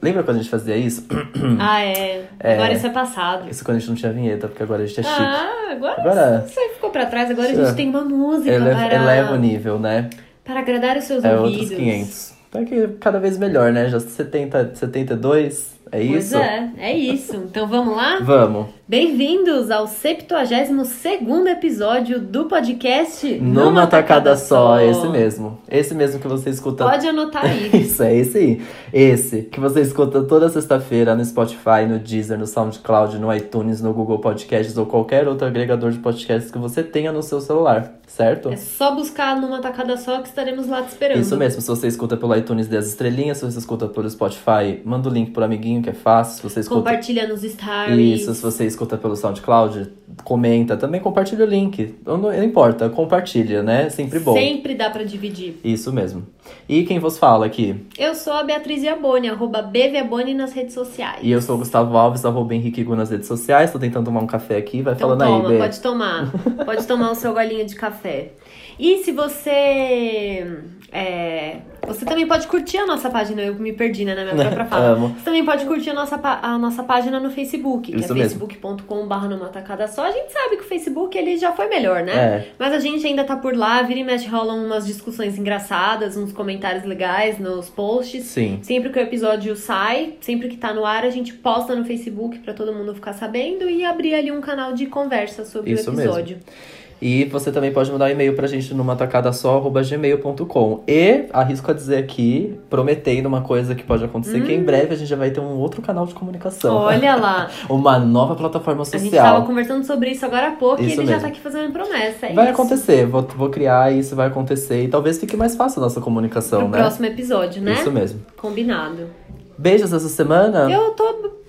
Lembra quando a gente fazia isso? Ah, é. É. Agora isso é passado. Isso quando a gente não tinha vinheta, porque agora a gente é chique. Ah, agora, Agora- é- você ficou pra trás. Agora a Tira. gente tem uma música eleva, para, eleva o nível, né? para agradar os seus É outros ouvidos. 500. Então é que cada vez melhor, né? Já 70, 72, é Pois isso? é, é isso. Então vamos lá? Vamos. Bem-vindos ao 72º episódio do podcast Numa, tacada, só, É esse mesmo. Então- Esse mesmo que você escuta. Pode anotar aí. Isso, é esse aí. Esse que você escuta toda sexta-feira no Spotify, no Deezer, no SoundCloud, no iTunes, no Google Podcasts ou qualquer outro agregador de podcasts que você tenha no seu celular, certo? É só buscar numa tacada só que estaremos lá te esperando. Isso mesmo, se você escuta pelo iTunes dê as estrelinhas, se você escuta pelo Spotify, manda o link pro amiguinho que é fácil, se você escuta Compartilha nos stories. isso, se você escuta pelo SoundCloud, comenta, também compartilha o link. Não, não importa, compartilha, né? Sempre bom. Sempre dá pra dividir. Isso mesmo. E quem vos fala aqui? Eu sou a Beatriz Viaboni, arroba bviaboni nas redes sociais. E eu sou o Gustavo Alves, arroba Henrique Gu nas redes sociais, tô tentando tomar um café aqui, vai Então falando toma, aí, Bê. pode tomar. Pode tomar o seu golinho de café. E se você. é, você também pode curtir a nossa página, eu me perdi né, na minha própria fala. Amo. Você também pode curtir a nossa, pá- a nossa página no Facebook, que Isso é mesmo. facebook.com.br numa tacada só. A gente sabe que o Facebook ele já foi melhor, né? É, Mas a gente ainda tá por lá, vira e mexe rolam umas discussões engraçadas, uns comentários legais nos posts. sim. Sempre que o episódio sai, sempre que tá no ar, a gente posta no Facebook pra todo mundo ficar sabendo e abrir ali um canal de conversa sobre Isso o mesmo. episódio. E você também pode mandar um e-mail pra gente numa tacada só, arroba gmail.com. E arrisco a dizer aqui, prometendo uma coisa que pode acontecer, que Hum. em breve a gente já vai ter um outro canal de comunicação. Olha lá, Uma nova plataforma a gente tava Então, social. conversando sobre isso agora há pouco e Isso ele já mesmo. tá aqui fazendo promessa. É Vai isso. acontecer, vou, vou criar isso, vai acontecer. E talvez fique mais fácil a nossa comunicação, Pro né? próximo episódio, né? Isso mesmo. Combinado. Beijos essa semana? Eu tô,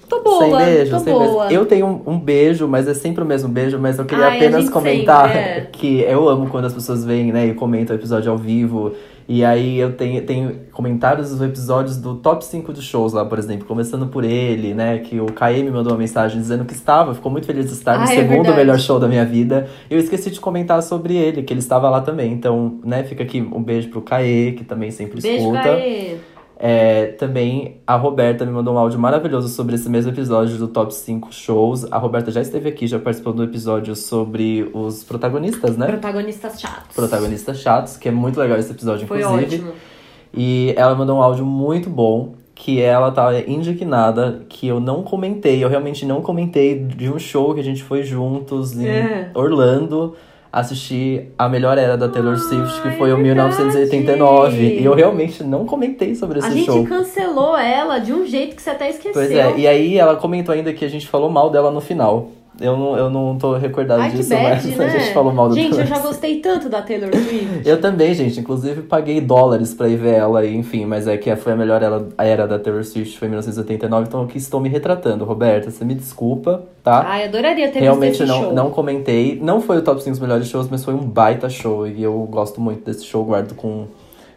tô boa, sem beijo, tô sem beijo. boa. Eu tenho um, um beijo, mas é sempre o mesmo beijo, mas eu queria Ai, a apenas gente comentar sempre, é. que eu amo quando as pessoas vêm, né, e comentam o episódio ao vivo. E aí eu tenho, tenho comentários dos episódios do top 5 de shows lá, por exemplo, começando por ele, né, que o KM me mandou uma mensagem dizendo que estava, ficou muito feliz de estar no Ai, é segundo verdade. melhor show da minha vida. Eu esqueci de comentar sobre ele, que ele estava lá também. Então, né, fica aqui um beijo pro Kaê, que também sempre Beijo, escuta. Caê. É, também a Roberta me mandou um áudio maravilhoso sobre esse mesmo episódio do Top 5 Shows. A Roberta já esteve aqui, já participou do episódio sobre os protagonistas, né? Protagonistas chatos. Protagonistas chatos, que é muito legal esse episódio, Foi inclusive. ótimo. E ela mandou um áudio muito bom, que ela tá indignada que eu não comentei, eu realmente não comentei de um show que a gente foi juntos em É. Orlando assistir a melhor era da Taylor Ah, Swift, que é foi o 1989. verdade. E eu realmente não comentei sobre esse A gente show. cancelou ela de um jeito que você até esqueceu. Pois é, e aí ela comentou ainda que a gente falou mal dela no final. Eu não, eu não tô recordado Ai, que disso, bad, mas né? a gente falou mal do Gente, eu Taylor já Swift. gostei tanto da Taylor Swift. Eu também, gente. Inclusive, paguei dólares pra ir ver ela, e, enfim. Mas é que foi a melhor ela- a era da Taylor Swift, foi em 1989. Então, aqui estou me retratando, Roberta. Você me desculpa, tá? Ai, adoraria ter visto Realmente esse não, um show. não comentei. Não foi o top 5 dos melhores shows, mas foi um baita show. E eu gosto muito desse show, guardo com,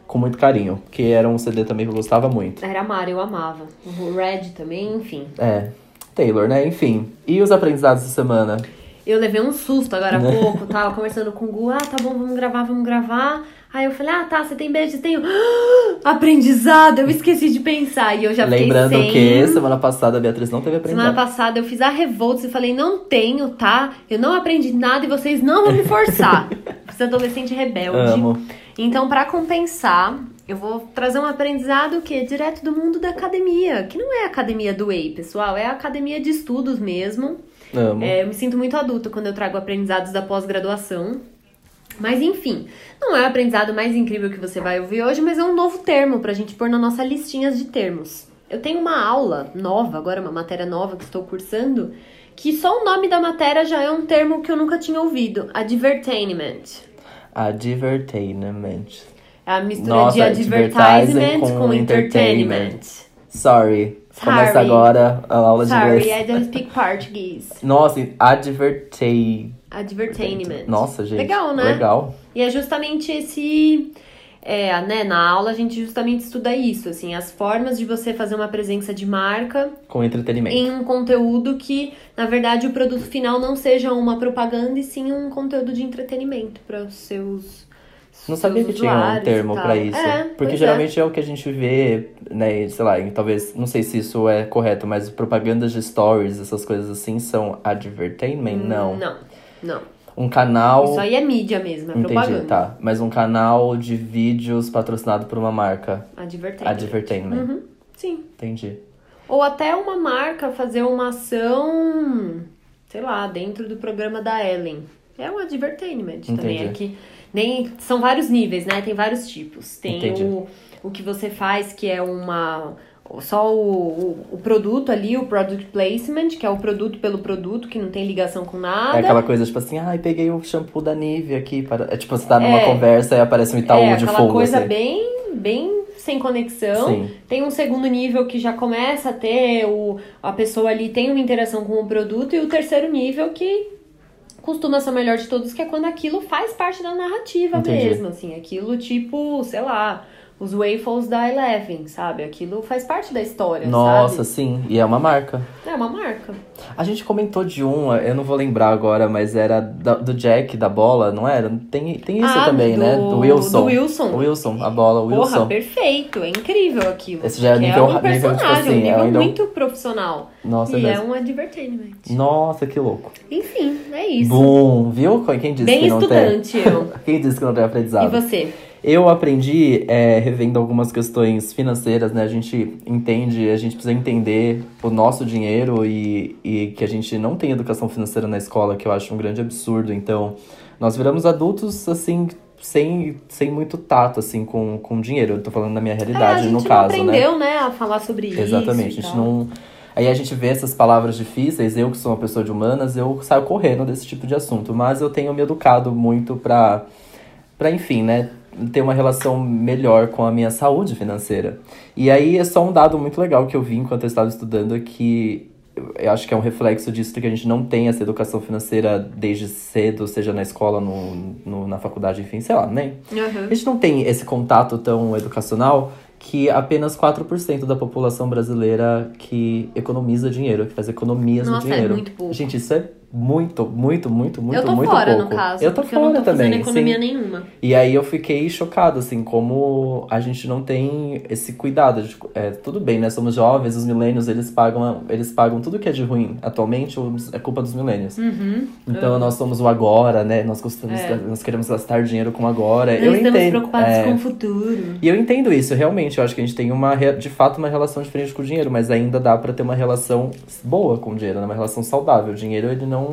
com muito carinho. Porque era um CD também que eu gostava muito. Era Mara, eu amava. O Red também, enfim. É, Taylor, né? Enfim. E os aprendizados da semana? Eu levei um susto agora há pouco, tava conversando com o Gu, ah, tá bom, vamos gravar, vamos gravar. Aí eu falei, ah, tá, você tem beijo, tenho. aprendizado, eu esqueci de pensar. E eu já fiquei Lembrando sem. que semana passada a Beatriz não teve aprendizado. Semana passada eu fiz a revolta e falei, não tenho, tá? Eu não aprendi nada e vocês não vão me forçar. Fiz adolescente rebelde. Amo. Então, pra compensar, eu vou trazer um aprendizado que é direto do mundo da academia, que não é a academia do EI, pessoal, é a academia de estudos mesmo. Amo. É, eu me sinto muito adulta quando eu trago aprendizados da pós-graduação. Mas enfim, não é o aprendizado mais incrível que você vai ouvir hoje, mas é um novo termo pra gente pôr na nossa listinha de termos. Eu tenho uma aula nova agora, uma matéria nova que estou cursando, que só o nome da matéria já é um termo que eu nunca tinha ouvido, advertainment. Advertainment. É a mistura Nossa, de advertisement advertising com, com entertainment. Sorry. Começa Sorry. agora a aula de Sorry, inglês. I don't speak Portuguese. Nossa, advertei. Advertainment. Nossa, gente. Legal, né? Legal. E é justamente esse. É, né, na aula a gente justamente estuda isso, assim, as formas de você fazer uma presença de marca Com entretenimento. em um conteúdo que, na verdade, o produto final não seja uma propaganda e sim um conteúdo de entretenimento para os seus Não sabia seus que tinha um usuários termo e tal. pra isso. É, pois porque é. geralmente é. o que a gente vê, né, e, sei lá, em- talvez, não sei se isso é correto, mas propagandas de stories, essas coisas assim, são advertainment? Não. Hum, Não, não. Um canal. Isso aí é mídia mesmo, é Entendi, propaganda. tá. Mas um canal de vídeos patrocinado por uma marca. Advertência. Advertainment. Uhum, Sim. Entendi. Ou até uma marca fazer uma ação, sei lá, dentro do programa da Ellen. É um advertainment também. Entendi. É que nem, são vários níveis, né? Tem vários tipos. Tem Entendi. o, o que você faz, que é uma. Só o, o, o produto ali, o product placement, que é o produto pelo produto, que não tem ligação com nada. É aquela coisa, tipo assim, ai, peguei o shampoo da Nivea aqui para. É tipo, você tá numa É. conversa e aparece um Itaú é, de aquela fundo. coisa assim. bem, bem sem conexão. Sim. Tem um segundo nível que já começa a ter o, a pessoa ali tem uma interação com o produto e o terceiro nível que costuma ser o melhor de todos, que é quando aquilo faz parte da narrativa Entendi. mesmo, assim, aquilo tipo, sei lá, os waffles da Eleven, sabe? Aquilo faz parte da história, Nossa, sabe? sim. E é uma marca. É uma marca. A gente comentou de um, eu não vou lembrar agora, mas era da- do Jack, da bola, não era? Tem, tem isso Ah, também, do- né? Do Wilson. do Wilson. Wilson, a bola, o Wilson. Porra, perfeito, é incrível aquilo. Esse já é Que nível- um nível, tipo personagem, assim, um nível é ainda um- muito profissional. Nossa, Hum. e mesmo. é um advertainment. Nossa, que louco. Enfim, é isso. Bom, viu? Quem disse Bem que não estudante eu. tem? Quem disse que não tem E aprendizado? você? Eu aprendi é, revendo algumas questões financeiras, né? A gente entende, a gente precisa entender o nosso dinheiro e, e que a gente não tem educação financeira na escola, que eu acho um grande absurdo. Então, nós viramos adultos, assim, sem, sem muito tato, assim, com, com dinheiro. Eu tô falando da minha É, a realidade, gente no não caso, né? aprendeu, né? a falar sobre isso. Exatamente, e a gente tal. não. Aí a gente vê essas palavras difíceis, eu que sou uma pessoa de humanas, eu saio correndo desse tipo de assunto, mas eu tenho me educado muito pra, pra enfim, né, ter uma relação melhor com a minha saúde financeira. E aí é só um dado muito legal que eu vi enquanto eu estava estudando é que eu acho que é um reflexo disso que a gente não tem essa educação financeira desde cedo, seja na escola, no, no- na faculdade, enfim, sei lá, nem. Aham. A gente não tem esse contato tão educacional que apenas 4% da população brasileira que economiza dinheiro, que faz economias Nossa, no é dinheiro. muito pouco. Gente, isso é muito, muito, muito, muito, eu tô muito fora, pouco. no caso. eu tô porque fora eu não tô também. fazendo economia sim. nenhuma. E aí eu fiquei chocado, assim, como a gente não tem esse cuidado. de- é, tudo bem, né? Somos jovens, os milênios, eles pagam, eles pagam tudo que é de ruim. Atualmente, os- é culpa dos milênios. Uhum. Então, nós somos o agora, né? Nós, gostamos, É. nós queremos gastar dinheiro com o agora. Não eu estamos entendo. preocupados é. com o futuro. E eu entendo isso, realmente. Eu acho que a gente tem uma, rea- de fato, uma relação diferente com o dinheiro, mas ainda dá pra ter uma relação boa com o dinheiro, né? uma relação saudável. O dinheiro, ele não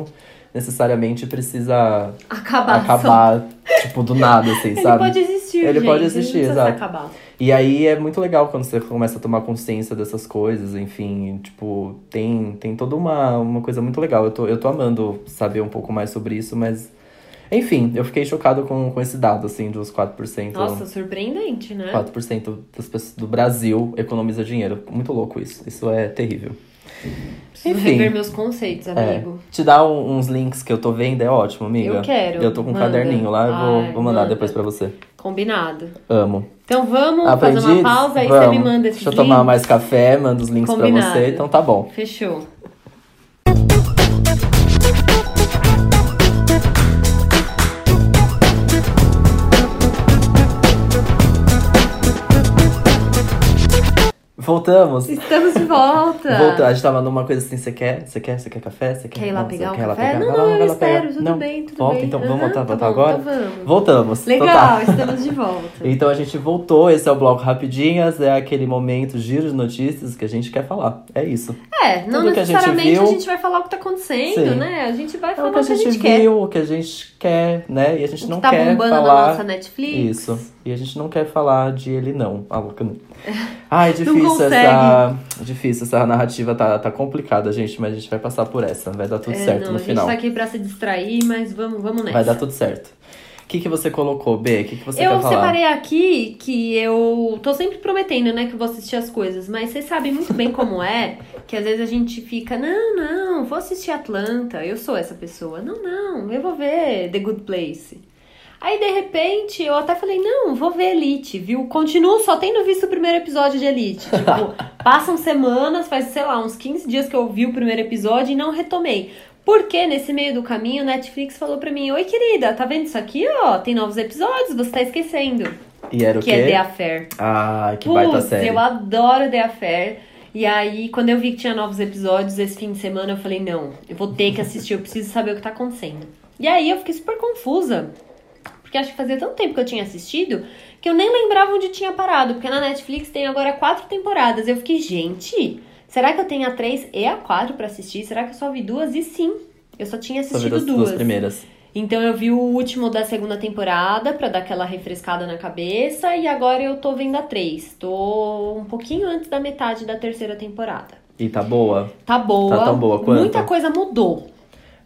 necessariamente precisa Acabar. só. acabar, tipo, do nada, assim, Ele sabe? pode existir, Ele gente, pode não existir, precisa exato. acabar. E aí é muito legal quando você começa a tomar consciência dessas coisas, enfim, tipo, tem, tem toda uma, uma coisa muito legal. Eu tô, eu tô amando saber um pouco mais sobre isso, mas. Enfim, eu fiquei chocado com, com esse dado, assim, dos 4%. Nossa, surpreendente, né? 4% das pessoas do Brasil economiza dinheiro. Muito louco isso. Isso é terrível. Preciso enfim. rever meus conceitos, É. amigo. Te dar um- uns links que eu tô vendo é ótimo, amiga. Eu quero. Eu tô com um Manda. caderninho lá, eu Ai, vou, vou mandar manda. depois pra você. Combinado. Amo. Então vamos Aprendi? fazer uma pausa aí Vamos. você me manda esses Deixa eu tomar links. mais café, mando os links pra Combinado. você. Então tá bom. Fechou. Voltamos. Estamos de volta. Volta. A gente tava numa coisa assim, você quer? Você quer? Você quer café? Você quer? Quer ir lá Não, pegar você um quer ir lá café? pegar? Não, Vai não, lá, eu vai lá pegar. espero. Tudo Não. bem, tudo Volta, bem. então. Vamos Aham, voltar, tá voltar bom, agora? então vamos. Voltamos. Então tá. Legal, estamos de volta. Então a gente voltou, esse é o bloco Rapidinhas, é aquele momento giro de notícias que a gente quer falar. É isso. É, não Tudo que a gente necessariamente a gente, viu- vai falar o que tá acontecendo, Sim. né? A gente vai É falar o que a gente, quer. viu, o que a gente quer, né? E a gente o não que tá quer bombando falar na nossa Netflix. isso. E a gente não quer falar de ele não. Ah, louca. não. Ai, Não difícil consegue. essa, difícil essa narrativa tá tá complicada, gente, mas a gente vai passar por essa, vai dar tudo É, certo não, no a gente final. tá aqui pra se distrair, mas vamos, vamos nessa. Vai dar tudo certo. O que que você colocou, B? O que que você eu quer falar? separei aqui que eu tô sempre prometendo, né, que eu vou assistir as coisas, mas vocês sabem muito bem como é, que às vezes a gente fica, não, não, vou assistir Atlanta, eu sou essa pessoa. Não, não, eu vou ver The Good Place. Aí de repente eu até falei, não, vou ver Elite, viu? Continuo só tendo visto o primeiro episódio de Elite. Tipo, passam semanas, faz, sei lá, uns 15 dias que eu vi o primeiro episódio e não retomei. Porque nesse meio do caminho, o Netflix falou pra mim: Oi, querida, tá vendo isso aqui? Ó, tem novos episódios, você tá esquecendo. E era o que quê? é The Affair. Ah, que baita Putz, série. eu adoro The Affair. E aí, quando eu vi que tinha novos episódios esse fim de semana, eu falei, não, eu vou ter que assistir, eu preciso saber o que tá acontecendo. E aí eu fiquei super confusa. Porque acho que fazia tanto tempo que eu tinha assistido que eu nem lembrava onde tinha parado. Porque na Netflix tem agora quatro temporadas. Eu fiquei, gente, será que eu tenho a três e a quatro pra assistir? Será que eu só vi duas? E sim, eu só tinha Só vi das assistido duas primeiras. então eu vi o último da segunda temporada pra dar aquela refrescada na cabeça e agora eu tô vendo a três. Tô um pouquinho antes da metade da terceira temporada. E tá boa. Tá boa. Tá tão boa quanto? Muita coisa mudou.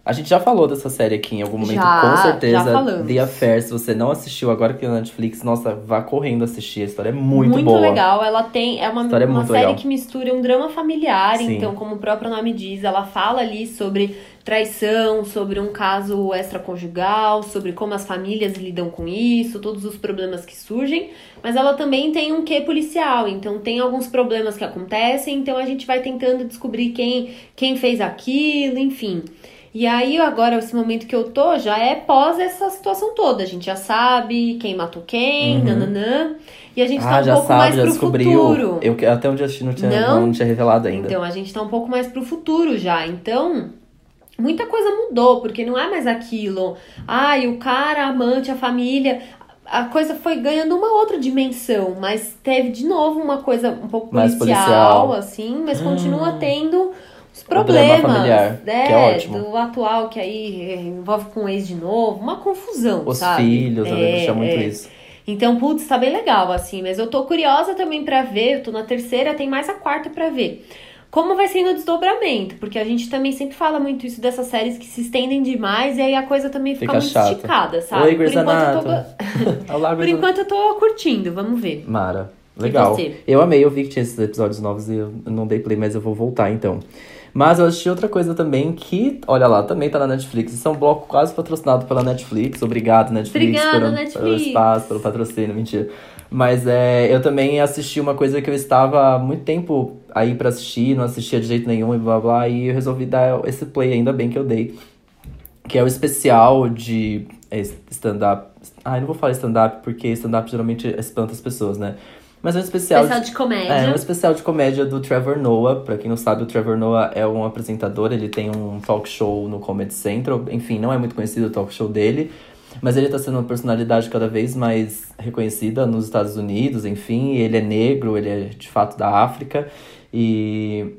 A gente já falou dessa série aqui em algum momento, Já, com certeza. já falamos. The Affair, se você não assistiu agora que tem na Netflix, nossa, vá correndo assistir. A história é muito, boa. legal. Ela tem é uma, História é uma muito série legal. que mistura um drama familiar, Sim. então como o próprio nome diz, ela fala ali sobre traição, sobre um caso extraconjugal, sobre como as famílias lidam com isso, todos os problemas que surgem, mas ela também tem um quê policial, então tem alguns problemas que acontecem, então a gente vai tentando descobrir quem quem fez aquilo, enfim. E aí, agora, esse momento que eu tô, já é pós essa situação toda. A gente já sabe quem matou quem, Uhum. nananã. E a gente Ah, tá um já pouco sabe, mais já pro descobriu. futuro. Eu, até onde eu assisti não tinha, Não? não tinha revelado ainda. Então, a gente tá um pouco mais pro futuro já. Então, muita coisa mudou, porque não é mais aquilo. Ai, o cara, a amante, a família. A coisa foi ganhando uma outra dimensão, mas teve de novo uma coisa um pouco Mais policial. assim, mas Hum. continua tendo os drama problemas. familiar, né, que é ótimo. Do atual que aí eh, envolve com o ex de novo, uma confusão, Os sabe? filhos, eu lembro que tinha muito é. isso. Então, putz, tá bem legal, assim. Mas eu tô curiosa também pra ver. Eu tô na terceira, tem mais a quarta pra ver. Como vai sendo o desdobramento? Porque a gente também sempre fala muito isso dessas séries que se estendem demais e aí a coisa também fica, Fica muito chato. esticada, sabe? Oi, Grey's Por enquanto, eu tô, Anatomy. go- Olá, por enquanto eu tô curtindo, vamos ver. Mara, legal. você? Eu amei, eu vi que tinha esses episódios novos e eu não dei play, mas eu vou voltar então. Mas eu assisti outra coisa também que, olha lá, também tá na Netflix. Isso é um bloco quase patrocinado pela Netflix. Obrigado, Netflix, Obrigada, pelo, Netflix. pelo espaço, pelo patrocínio, mentira. Mas é, eu também assisti uma coisa que eu estava há muito tempo aí pra assistir, não assistia de jeito nenhum e blá blá, e eu resolvi dar esse play, ainda bem que eu dei que é o especial de é, stand-up. Ai, não vou falar stand-up, porque stand-up geralmente espanta as pessoas, né? Mas é um especial. Especial de comédia. É, um especial de comédia do Trevor Noah. Pra quem não sabe, o Trevor Noah é um apresentador, ele tem um talk show no Comedy Central. Enfim, não é muito conhecido o talk show dele. Mas ele tá sendo uma personalidade cada vez mais reconhecida nos Estados Unidos, enfim. Ele é negro, ele é de fato da África. E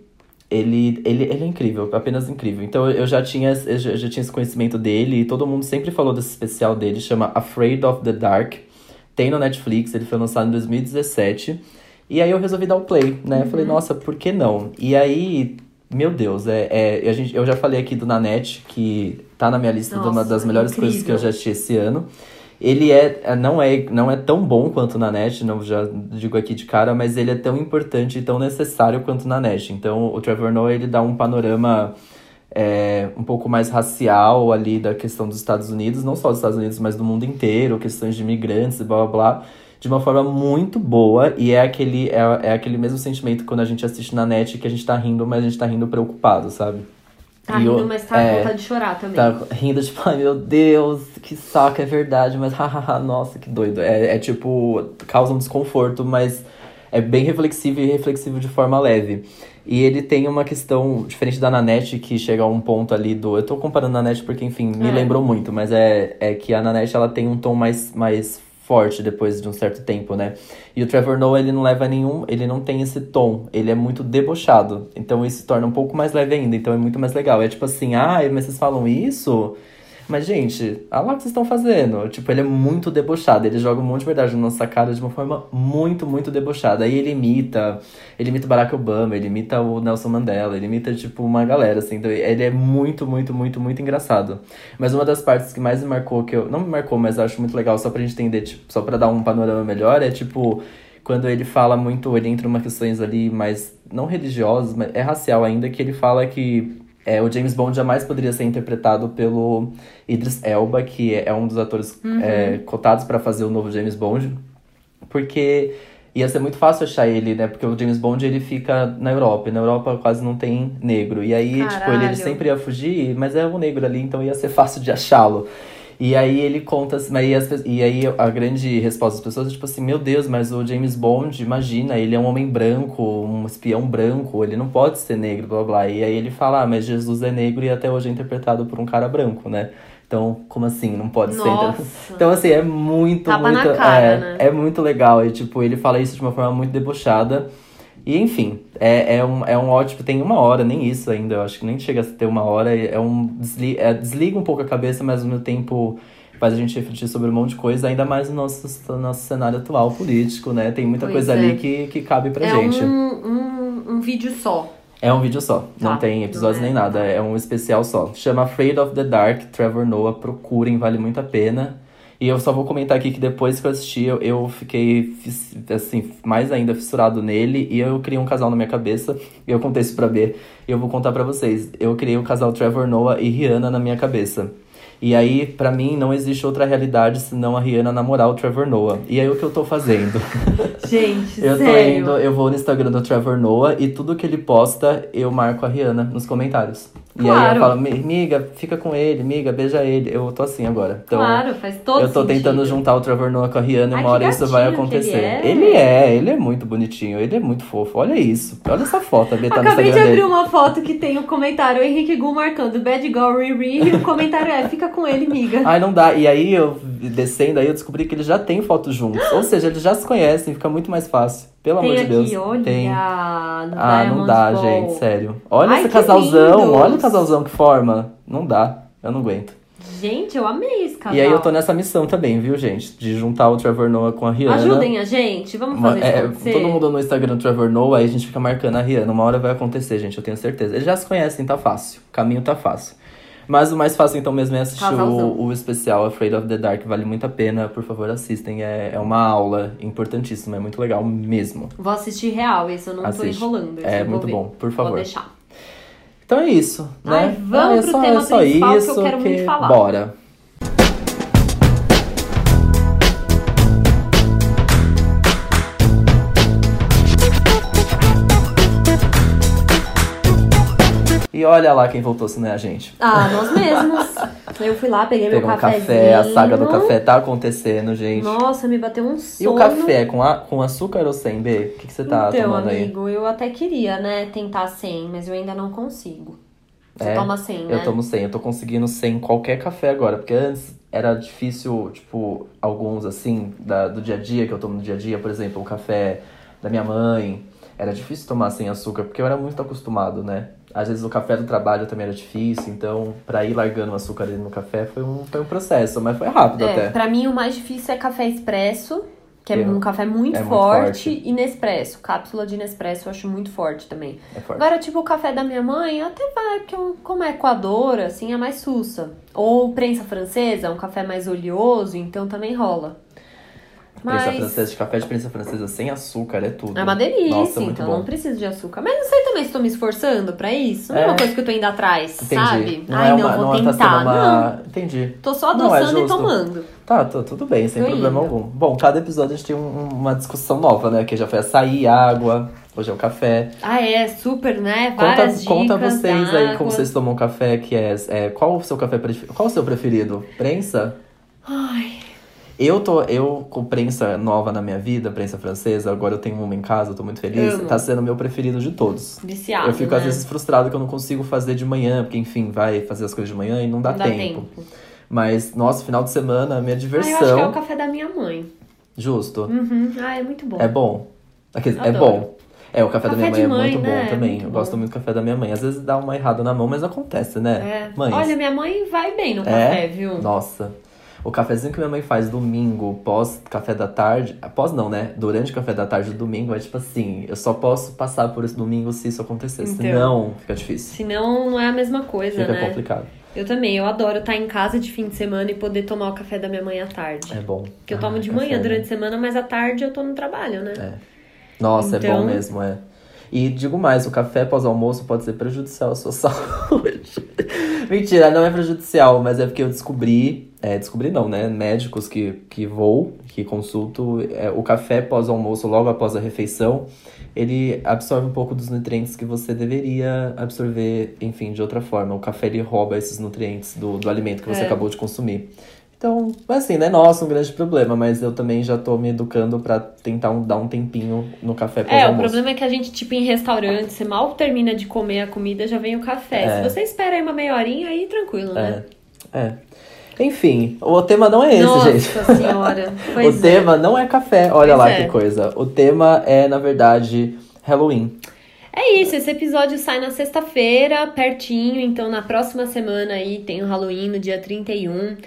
ele, ele, ele é incrível, apenas incrível. Então eu já tinha, eu já, eu já tinha esse conhecimento dele e todo mundo sempre falou desse especial dele, chama Afraid of the Dark. Tem no Netflix, ele foi lançado em 2017. E aí eu resolvi dar o play, né? Uhum. Falei, nossa, por que não? E aí, meu Deus, é, é, a gente, eu já falei aqui do Nanette, que tá na minha lista de uma Nossa, das melhores coisas que eu incrível. já assisti esse ano. Ele é, é- não é, não é tão bom quanto na net, não já digo aqui de cara, mas ele é tão importante e tão necessário quanto na net. Então, o Trevor Noah ele dá um panorama é, um pouco mais racial ali da questão dos Estados Unidos, não só dos Estados Unidos, mas do mundo inteiro, questões de imigrantes e blá blá blá, de uma forma muito boa. E é aquele, é, é aquele mesmo sentimento quando a gente assiste na net que a gente tá rindo, mas a gente tá rindo preocupado, sabe? Tá E o- rindo, mas tá é. com vontade de chorar também. Tá rindo, tipo, ai meu Deus, que saco, é verdade, mas hahaha, nossa, que doido. É, é tipo, causa um desconforto, mas é bem reflexivo e reflexivo de forma leve. E ele tem uma questão diferente da Nanette, que chega a um ponto ali do. Eu tô comparando a Nanette porque, enfim, me É. lembrou muito, mas é, é que a Nanette ela tem um tom mais, mais forte depois de um certo tempo, né? E o Trevor Noah, ele não leva nenhum, ele não tem esse tom, ele é muito debochado. Então isso torna um pouco mais leve ainda, então é muito mais legal. É tipo assim, ah, mas vocês falam isso? Mas, gente, olha lá o que vocês estão fazendo. Tipo, ele é muito debochado. Ele joga um monte de verdade na nossa cara de uma forma muito, muito debochada. Aí ele imita. Ele imita o Barack Obama, ele imita o Nelson Mandela, ele imita, tipo, uma galera, assim. Então, ele é muito, muito, muito, muito engraçado. Mas uma das partes que mais me marcou, que eu. Não me marcou, mas eu acho muito legal, só pra gente entender, tipo, só pra dar um panorama melhor, é tipo. Quando ele fala muito, ele entra em umas questões ali mais. Não religiosas, mas é racial ainda, que ele fala que. É, o James Bond jamais poderia ser interpretado pelo Idris Elba, que é um dos atores é, cotados pra fazer o novo James Bond, porque Ia ser muito fácil achar ele, né? Porque o James Bond ele fica na Europa. E na Europa quase não tem negro. E aí, tipo, ele, ele Caralho. sempre ia fugir, mas é um negro ali, então ia ser fácil de achá-lo. E aí ele conta, assim, mas e, as pe- e aí a grande resposta das pessoas é tipo assim, meu Deus, mas o James Bond, imagina, ele é um homem branco, um espião branco, ele não pode ser negro, blá blá. E aí ele fala, ah, mas Jesus é negro e até hoje é interpretado por um cara branco, né? Então, como assim? Não pode ser. inter- Nossa. então, assim, é muito, Tapa na muito. cara, é, né? é muito legal. E, tipo, ele fala isso de uma forma muito debochada. E, enfim, é, é, um, é um ótimo. Tem uma hora, nem isso ainda. Eu acho que nem chega a ter uma hora. É um. Desli, é, desliga um pouco a cabeça, mas ao mesmo tempo faz a gente refletir sobre um monte de coisa, ainda mais no nosso, no nosso cenário atual político, né? Tem muita Pois coisa é. ali que, que cabe pra é gente. Um, um, um vídeo só. É um vídeo só, não Tá, tem episódios não é- nem nada, é um especial só. Chama Afraid of the Dark, Trevor Noah, procurem, vale muito a pena. E eu só vou comentar aqui que depois que eu assisti, eu, eu fiquei, fis- assim, mais ainda fissurado nele. E eu criei um casal na minha cabeça, e eu contei isso pra B, e eu vou contar pra vocês. Eu criei o casal Trevor Noah e Rihanna na minha cabeça. E aí, pra mim, não existe outra realidade senão a Rihanna namorar o Trevor Noah. E aí, o que eu tô fazendo? Gente, Eu tô sério. indo, eu vou no Instagram do Trevor Noah e tudo que ele posta, eu marco a Rihanna nos comentários. E aí eu Claro. falo, "Mi- miga, fica com ele, miga, beija ele. Eu tô assim agora. Então, claro, faz todo eu tô tentando sentido. juntar o Trevor Noah com a Rihanna e Ai, uma que hora isso vai gatinho que ele acontecer. é. ele é, ele é muito bonitinho, ele é muito fofo. Olha isso, olha essa foto, a Bê tá no Acabei de Instagram abrir dele. uma foto que tem o comentário Henrique Gu marcando Bad Girl Riri e o comentário é Fica com ele, miga. Ai, não dá. E aí, eu descendo, aí eu descobri que eles já têm foto juntos. Ou seja, eles já se conhecem, fica muito mais fácil. Pelo tem amor de aqui, Deus. olha. Tem. Ah, Ah, não dá, gente, sério. Olha Ai, esse que casalzão, lindos. olha o casalzão que forma. Não dá, eu não aguento. Gente, eu amei esse casal. E aí eu tô nessa missão também, viu, gente? De juntar o Trevor Noah com a Rihanna. Ajudem a gente, vamos Uma- fazer isso é, acontecer. todo mundo no Instagram do Trevor Noah, aí a gente fica marcando a Rihanna. Uma hora vai acontecer, gente, eu tenho certeza. Eles já se conhecem, tá fácil. O caminho tá fácil. Mas o mais fácil, então, mesmo é assistir Casalzão. o, o especial Afraid of the Dark. Vale muito a pena, por favor, assistem. É, é uma aula importantíssima, é muito legal mesmo. Vou assistir real, esse eu não tô Assiste. enrolando. esse É eu vou muito ver. bom, por Vou favor. deixar. Então é isso, né? Ai, vamos é pro só, tema é só principal que eu isso quero muito falar. Bora. E olha lá quem voltou, se não é a gente. Ah, nós mesmos. eu fui lá, peguei Pegou meu um cafezinho. café, a saga do café tá acontecendo, gente. Nossa, me bateu um E sono. o café, com, a, com açúcar ou sem, B? O que, que você tá então, tomando aí? amigo, eu até queria, né, tentar sem, mas eu ainda não consigo. Você É, toma sem, né? Eu tomo sem, eu tô conseguindo sem qualquer café agora, porque antes era difícil, tipo, alguns assim, da- do dia a dia, que eu tomo no dia a dia, por exemplo, o café da minha mãe, era difícil tomar sem açúcar, porque eu era muito acostumado, né? Às vezes o café do trabalho também era difícil, então pra ir largando o açúcar ali no café foi um, foi um processo, mas foi rápido É, até. pra mim o mais difícil é café expresso, que é Eu- um café muito, é muito forte, forte. e Nespresso. Cápsula de Nespresso eu acho muito forte também. É forte. Agora, tipo, o café da minha mãe até vai, porque eu- como é coadora, assim, é mais sussa. Ou prensa francesa, um café mais oleoso, então também rola. Mas Prensa francesa, é de café de prensa francesa sem açúcar é tudo. é uma delícia, Nossa, muito então bom. não preciso de açúcar. Mas não sei também se tô me esforçando pra isso. Não é, É. uma coisa que eu tô indo atrás, Entendi. sabe? Não Ai, é não, uma, vou não tá tentar. sendo uma... Entendi. Não, tô só Não, é adoçando e justo. tomando. Tá, tô, tudo bem, sem Tô problema indo. algum. Bom, cada episódio a gente tem um- uma discussão nova, né? Que já foi açaí, água, hoje é o café. Ah, é, super, né? Conta, Várias conta dicas vocês aí como d'água. vocês tomam café, que é, é, qual o seu café preferido? Qual o seu preferido? Prensa? Ai, Eu tô, eu com prensa nova na minha vida, prensa francesa, agora eu tenho uma em casa, eu tô muito feliz. Amo. Tá sendo o meu preferido de todos. viciado, Eu fico né? às vezes frustrado que eu não consigo fazer de manhã, porque enfim, vai fazer as coisas de manhã e não dá, Não dá tempo. Mas, nossa, final de semana, a minha Ah, eu acho que é diversão. o café da minha mãe. Justo. Uhum. Ah, é muito bom. É bom. Ah, quer dizer, É Adoro. bom. É, o café, da minha mãe, Café de é mãe, muito né? bom É também. muito eu bom. gosto muito do café da minha mãe. Às vezes dá uma errada na mão, mas acontece, né? É. Mães. Olha, minha mãe vai bem no É? café, viu? Nossa. O cafezinho que minha mãe faz domingo, pós café da tarde. Após não, né? Durante o café da tarde do domingo, é tipo assim, eu só posso passar por esse domingo se isso acontecer. Então. Senão, fica difícil. Senão não é a mesma coisa, Fica né? complicado. Eu também, eu adoro estar em casa de fim de semana e poder tomar o café da minha mãe à tarde. É bom. Porque eu tomo Ah, de café, manhã né? durante a semana, mas à tarde eu tô no trabalho, né? Nossa, é Então- bom mesmo, é. E digo mais, o café pós-almoço pode ser prejudicial à sua saúde. Mentira, não é prejudicial, mas é porque eu descobri, é, descobri não, né? Médicos que, que vou, que consulto, é, o café pós-almoço, logo após a refeição, ele absorve um pouco dos nutrientes que você deveria absorver, enfim, de outra forma. O café, ele rouba esses nutrientes do, do alimento que você É. acabou de consumir. Então, assim, não é nosso um grande problema, mas eu também já tô me educando pra tentar um- dar um tempinho no café É, o pós-almoço. problema é que a gente, tipo, em restaurante, você mal termina de comer a comida, já vem o café. É. Se você espera aí uma meia horinha, aí tranquilo, né? É. Enfim, o tema não é esse, Nossa gente. senhora. O Pois é. tema não é café, olha Pois lá é. que coisa. O tema é, na verdade, Halloween. É isso, esse episódio sai na sexta-feira, pertinho, então na próxima semana aí tem o Halloween, no dia 31.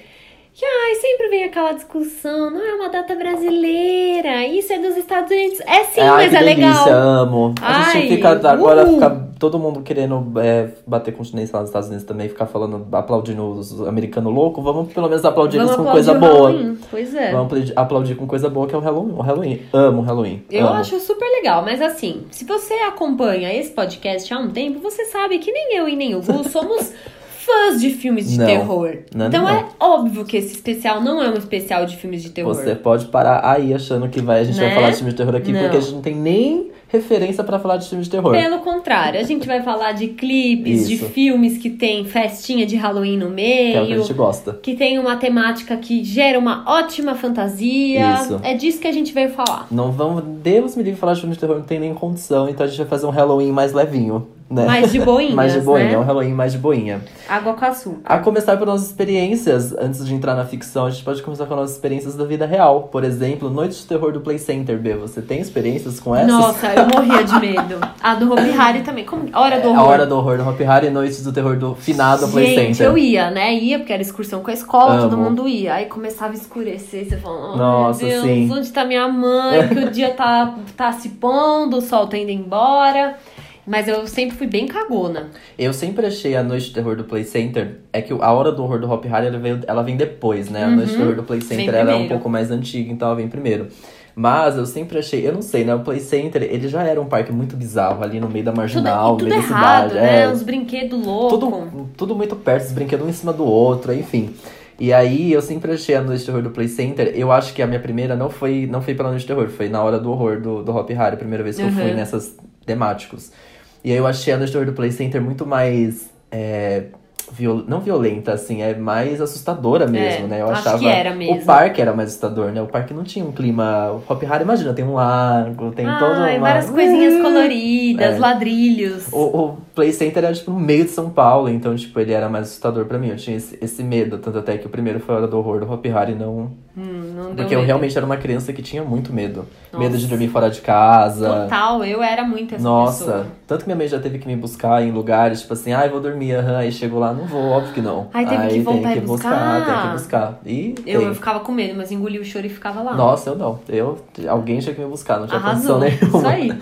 Que ai, sempre vem aquela discussão, não é uma data brasileira, isso é dos Estados Unidos. É sim, Ai, mas que é delícia, legal. amo. a Ai, uh! gente fica agora, uhul. fica todo mundo querendo é, bater continência lá nos Estados Unidos também, ficar falando, aplaudindo os americanos loucos. Vamos pelo menos aplaudir Vamos eles com aplaudir coisa o boa. Halloween. Pois é. Vamos apl- aplaudir com coisa boa que é o Halloween. O Halloween. Amo o Halloween. Eu amo. acho super legal, mas assim, se você acompanha esse podcast há um tempo, você sabe que nem eu e nem o Gu somos fãs de filmes de Não. terror. Não, então não, é óbvio que esse especial não é um especial de filmes de terror. Você é pode parar aí achando que vai, a gente Né? vai falar de filme de terror aqui, Não. porque a gente não tem nem referência pra falar de filme de terror. é Pelo contrário, a gente vai falar de clipes, de Isso. filmes que tem festinha de Halloween no Que é o que a meio, gente gosta. que tem uma temática que gera uma ótima fantasia. Isso. É disso que a gente veio falar. Não vamos, Deus me livre falar de filme de terror, não tem nem condição, então a gente vai fazer um Halloween mais levinho, né? Mais de boinhas, mais de boinha, é um né? Halloween mais de boinha. Água com açúcar. A começar pelas nossas experiências, antes de entrar na ficção, a gente pode começar com as nossas experiências da vida real. Por exemplo, Noite de Terror do Play Center, B. Você tem experiências com essas? Nossa, eu morria de medo. A do Hopi Hari também. Como... Hora do É horror. a hora do horror do Happy Hari e Noite do Terror do finado Play Gente, Center. eu ia, né? Ia, porque era excursão com a escola, todo Amo. mundo ia. Aí começava a escurecer, você falava, oh, Nossa, meu Deus, sim. onde tá minha mãe? Que o dia tá, tá se pondo, o sol tá indo embora. Mas eu sempre fui bem cagona. Eu sempre achei a Noite de Terror do Play Center. É que a Hora do Horror do Hop Harry ela, veio- ela vem depois, né? A Noite de Terror do Play Center ela é um Uhum. primeiro. pouco mais antiga, então ela vem primeiro. Mas eu sempre achei, eu não sei, né? O Play Center, ele já era um parque muito bizarro ali no meio da Tudo, é- marginal, e no tudo meio da errado, cidade. né? é. Uns brinquedos loucos. tudo, tudo muito perto, os brinquedos um em cima do outro, enfim. E aí eu sempre achei a Noite de Terror do Play Center. Eu acho que a minha primeira não foi, não foi pela Noite de Terror, foi na hora do horror do, do Hop Harry, a primeira vez que eu fui Uhum. nessas temáticos. E aí eu achei a Noite de Terror do Play Center muito mais. é, viol- Não violenta, assim, é mais assustadora mesmo, É, né? Eu acho achava. que era mesmo. O parque era mais assustador, né? O parque não tinha um clima. O Hop Harry, imagina, tem um lago, tem toda Ai, uma. várias coisinhas Uhum. coloridas, É. ladrilhos. O, o Play Center era, tipo, no meio de São Paulo, então, tipo, ele era mais assustador pra mim. Eu tinha esse, esse medo, tanto até que o primeiro foi a Hora do Horror do Hop Hari, não... Hum, não deu Porque eu medo. realmente era uma criança que tinha muito medo. Medo de Nossa. dormir fora de casa. Total, eu era muito essa Nossa, pessoa. tanto que minha mãe já teve que me buscar em lugares, tipo assim, ai, vou dormir, aham, aí chegou lá, não vou, óbvio que não. Aí teve que voltar tem e que buscar, tem buscar. que buscar. E Eu, tem. eu ficava com medo, mas engolia o choro e ficava lá. Nossa, eu não. Eu, alguém tinha que me buscar, não tinha condição Arrasou. nenhuma. né? Isso aí.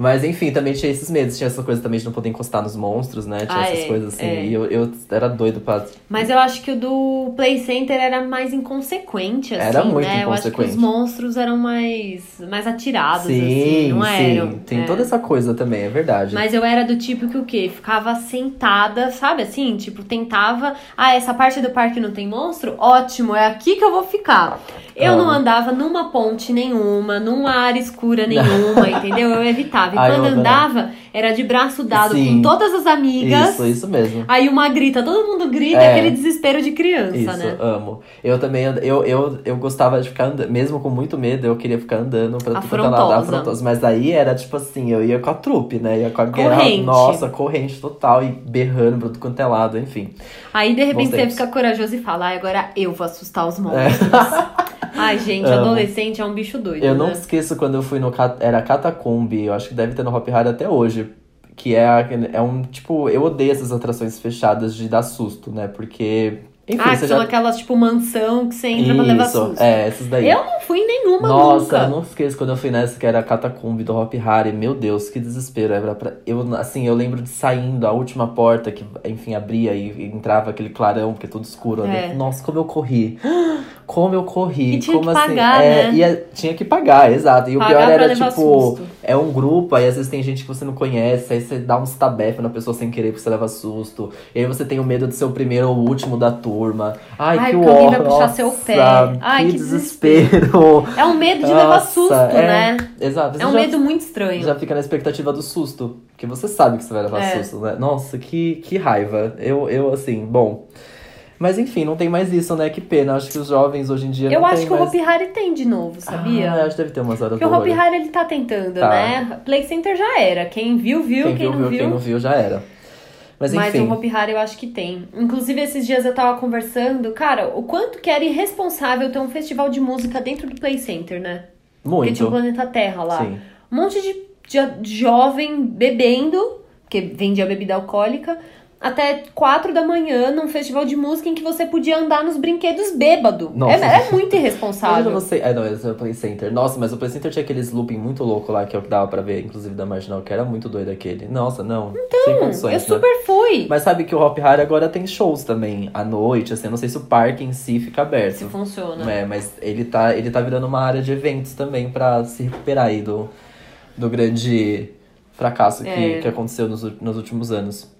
Mas enfim, também tinha esses medos. Tinha essa coisa também de não poder encostar nos monstros, né? Tinha Ah, essas é, coisas assim. é. E eu, eu era doido pra. Mas eu acho que o do Play Center era mais inconsequente, assim, Era muito né? Eu acho que inconsequente. os monstros eram mais, mais atirados, assim, não eram. Tem É. toda essa coisa também, é verdade. Mas eu era do tipo que o quê? Ficava sentada, sabe assim? Tipo, tentava. Ah, essa parte do parque não tem monstro? Ótimo, é aqui que eu vou ficar. Eu Ah. não andava numa ponte nenhuma, numa área escura nenhuma, entendeu? Eu evitava. E Ah, eu quando adorava. andava, era de braço dado com Sim. todas as amigas. Isso, isso mesmo. Aí uma grita, todo mundo grita, É. aquele desespero de criança, Isso, né? amo. Eu também, and- eu, eu, eu gostava de ficar andando, mesmo com muito medo, eu queria ficar andando pra tudo quanto é lado, Afrontosa. afrontosa. Mas aí era tipo assim, eu ia com a trupe, né? Ia com a guerra, Corrente. nossa, corrente total e berrando pra tudo quanto é lado, enfim. Aí de repente Bons você tempos. fica corajoso e fala, "Ai, agora eu vou assustar os É. monstros. Ai, gente, Amo. adolescente é um bicho doido, Eu né? não esqueço quando eu fui no. ca- Era Catacombi, eu acho que deve ter no Hop Hari até hoje. Que é, a- é um. Tipo, eu odeio essas atrações fechadas de dar susto, né? Porque. Enfim, ah, que você são já. aquelas, tipo, mansão que você entra pra levar susto. é, essas daí. Eu não fui em nenhuma Nossa, nunca. eu não esqueço quando eu fui nessa que era a Catacombi do Hop Hari. Meu Deus, que desespero. Era pra... Eu, assim, eu lembro de saindo a última porta que, enfim, abria e e entrava aquele clarão, porque tudo escuro ali. É. Nossa, como eu corri. Como eu corri. E tinha como que assim? pagar, é, né? e é- tinha que pagar, exato. E o Pagar pior pra era, levar tipo, susto. é um grupo, aí às vezes tem gente que você não conhece, aí você dá uns tabefe na pessoa sem querer porque você leva susto. E aí você tem o medo de ser o primeiro ou o último da turma. Ai, Ai, que porque alguém horror. vai puxar nossa, seu pé. Ai, que desespero. É um medo de levar Nossa, susto, é. né? Exato. É Você um já- medo muito estranho. já fica na expectativa do susto, porque você sabe que você vai levar É. susto, né? Nossa, que, que raiva. Eu, eu, assim, bom. Mas enfim, não tem mais isso, né? Que pena. Acho que os jovens hoje em dia. Eu não acho tem que o mais... Hopi Hari tem de novo, sabia? Ah, acho que deve ter umas horas Porque o do Hopi olho. Hari ele tá tentando, Tá. né? Play Center já era. Quem viu, viu. Quem, Quem viu, não viu, viu. quem não viu já era. Mas Mas, enfim. o Hopi Hari eu acho que tem. Inclusive, esses dias eu tava conversando, cara, o quanto que era irresponsável ter um festival de música dentro do Play Center, né? Porque tinha o Muito. Planeta Terra lá. Sim. Um monte de, de- de jovem bebendo, que vendia bebida alcoólica, até quatro da manhã num festival de música em que você podia andar nos brinquedos bêbado. Nossa. É, é muito Imagina irresponsável. você. É, não, esse é o Play Center. Nossa, mas o Play Center tinha aqueles looping muito louco lá, que é o que dava pra ver, inclusive, da Marginal, que era muito doido aquele. Nossa, não. Então, sem Hum, condições, eu né? super fui. Mas sabe que o Hop Hari agora tem shows também à noite, assim, eu não sei se o parque em si fica Se né? aberto. funciona. É, mas ele tá, ele tá virando uma área de eventos também pra se recuperar aí do, do grande fracasso que, É. que aconteceu nos, ú- nos últimos anos.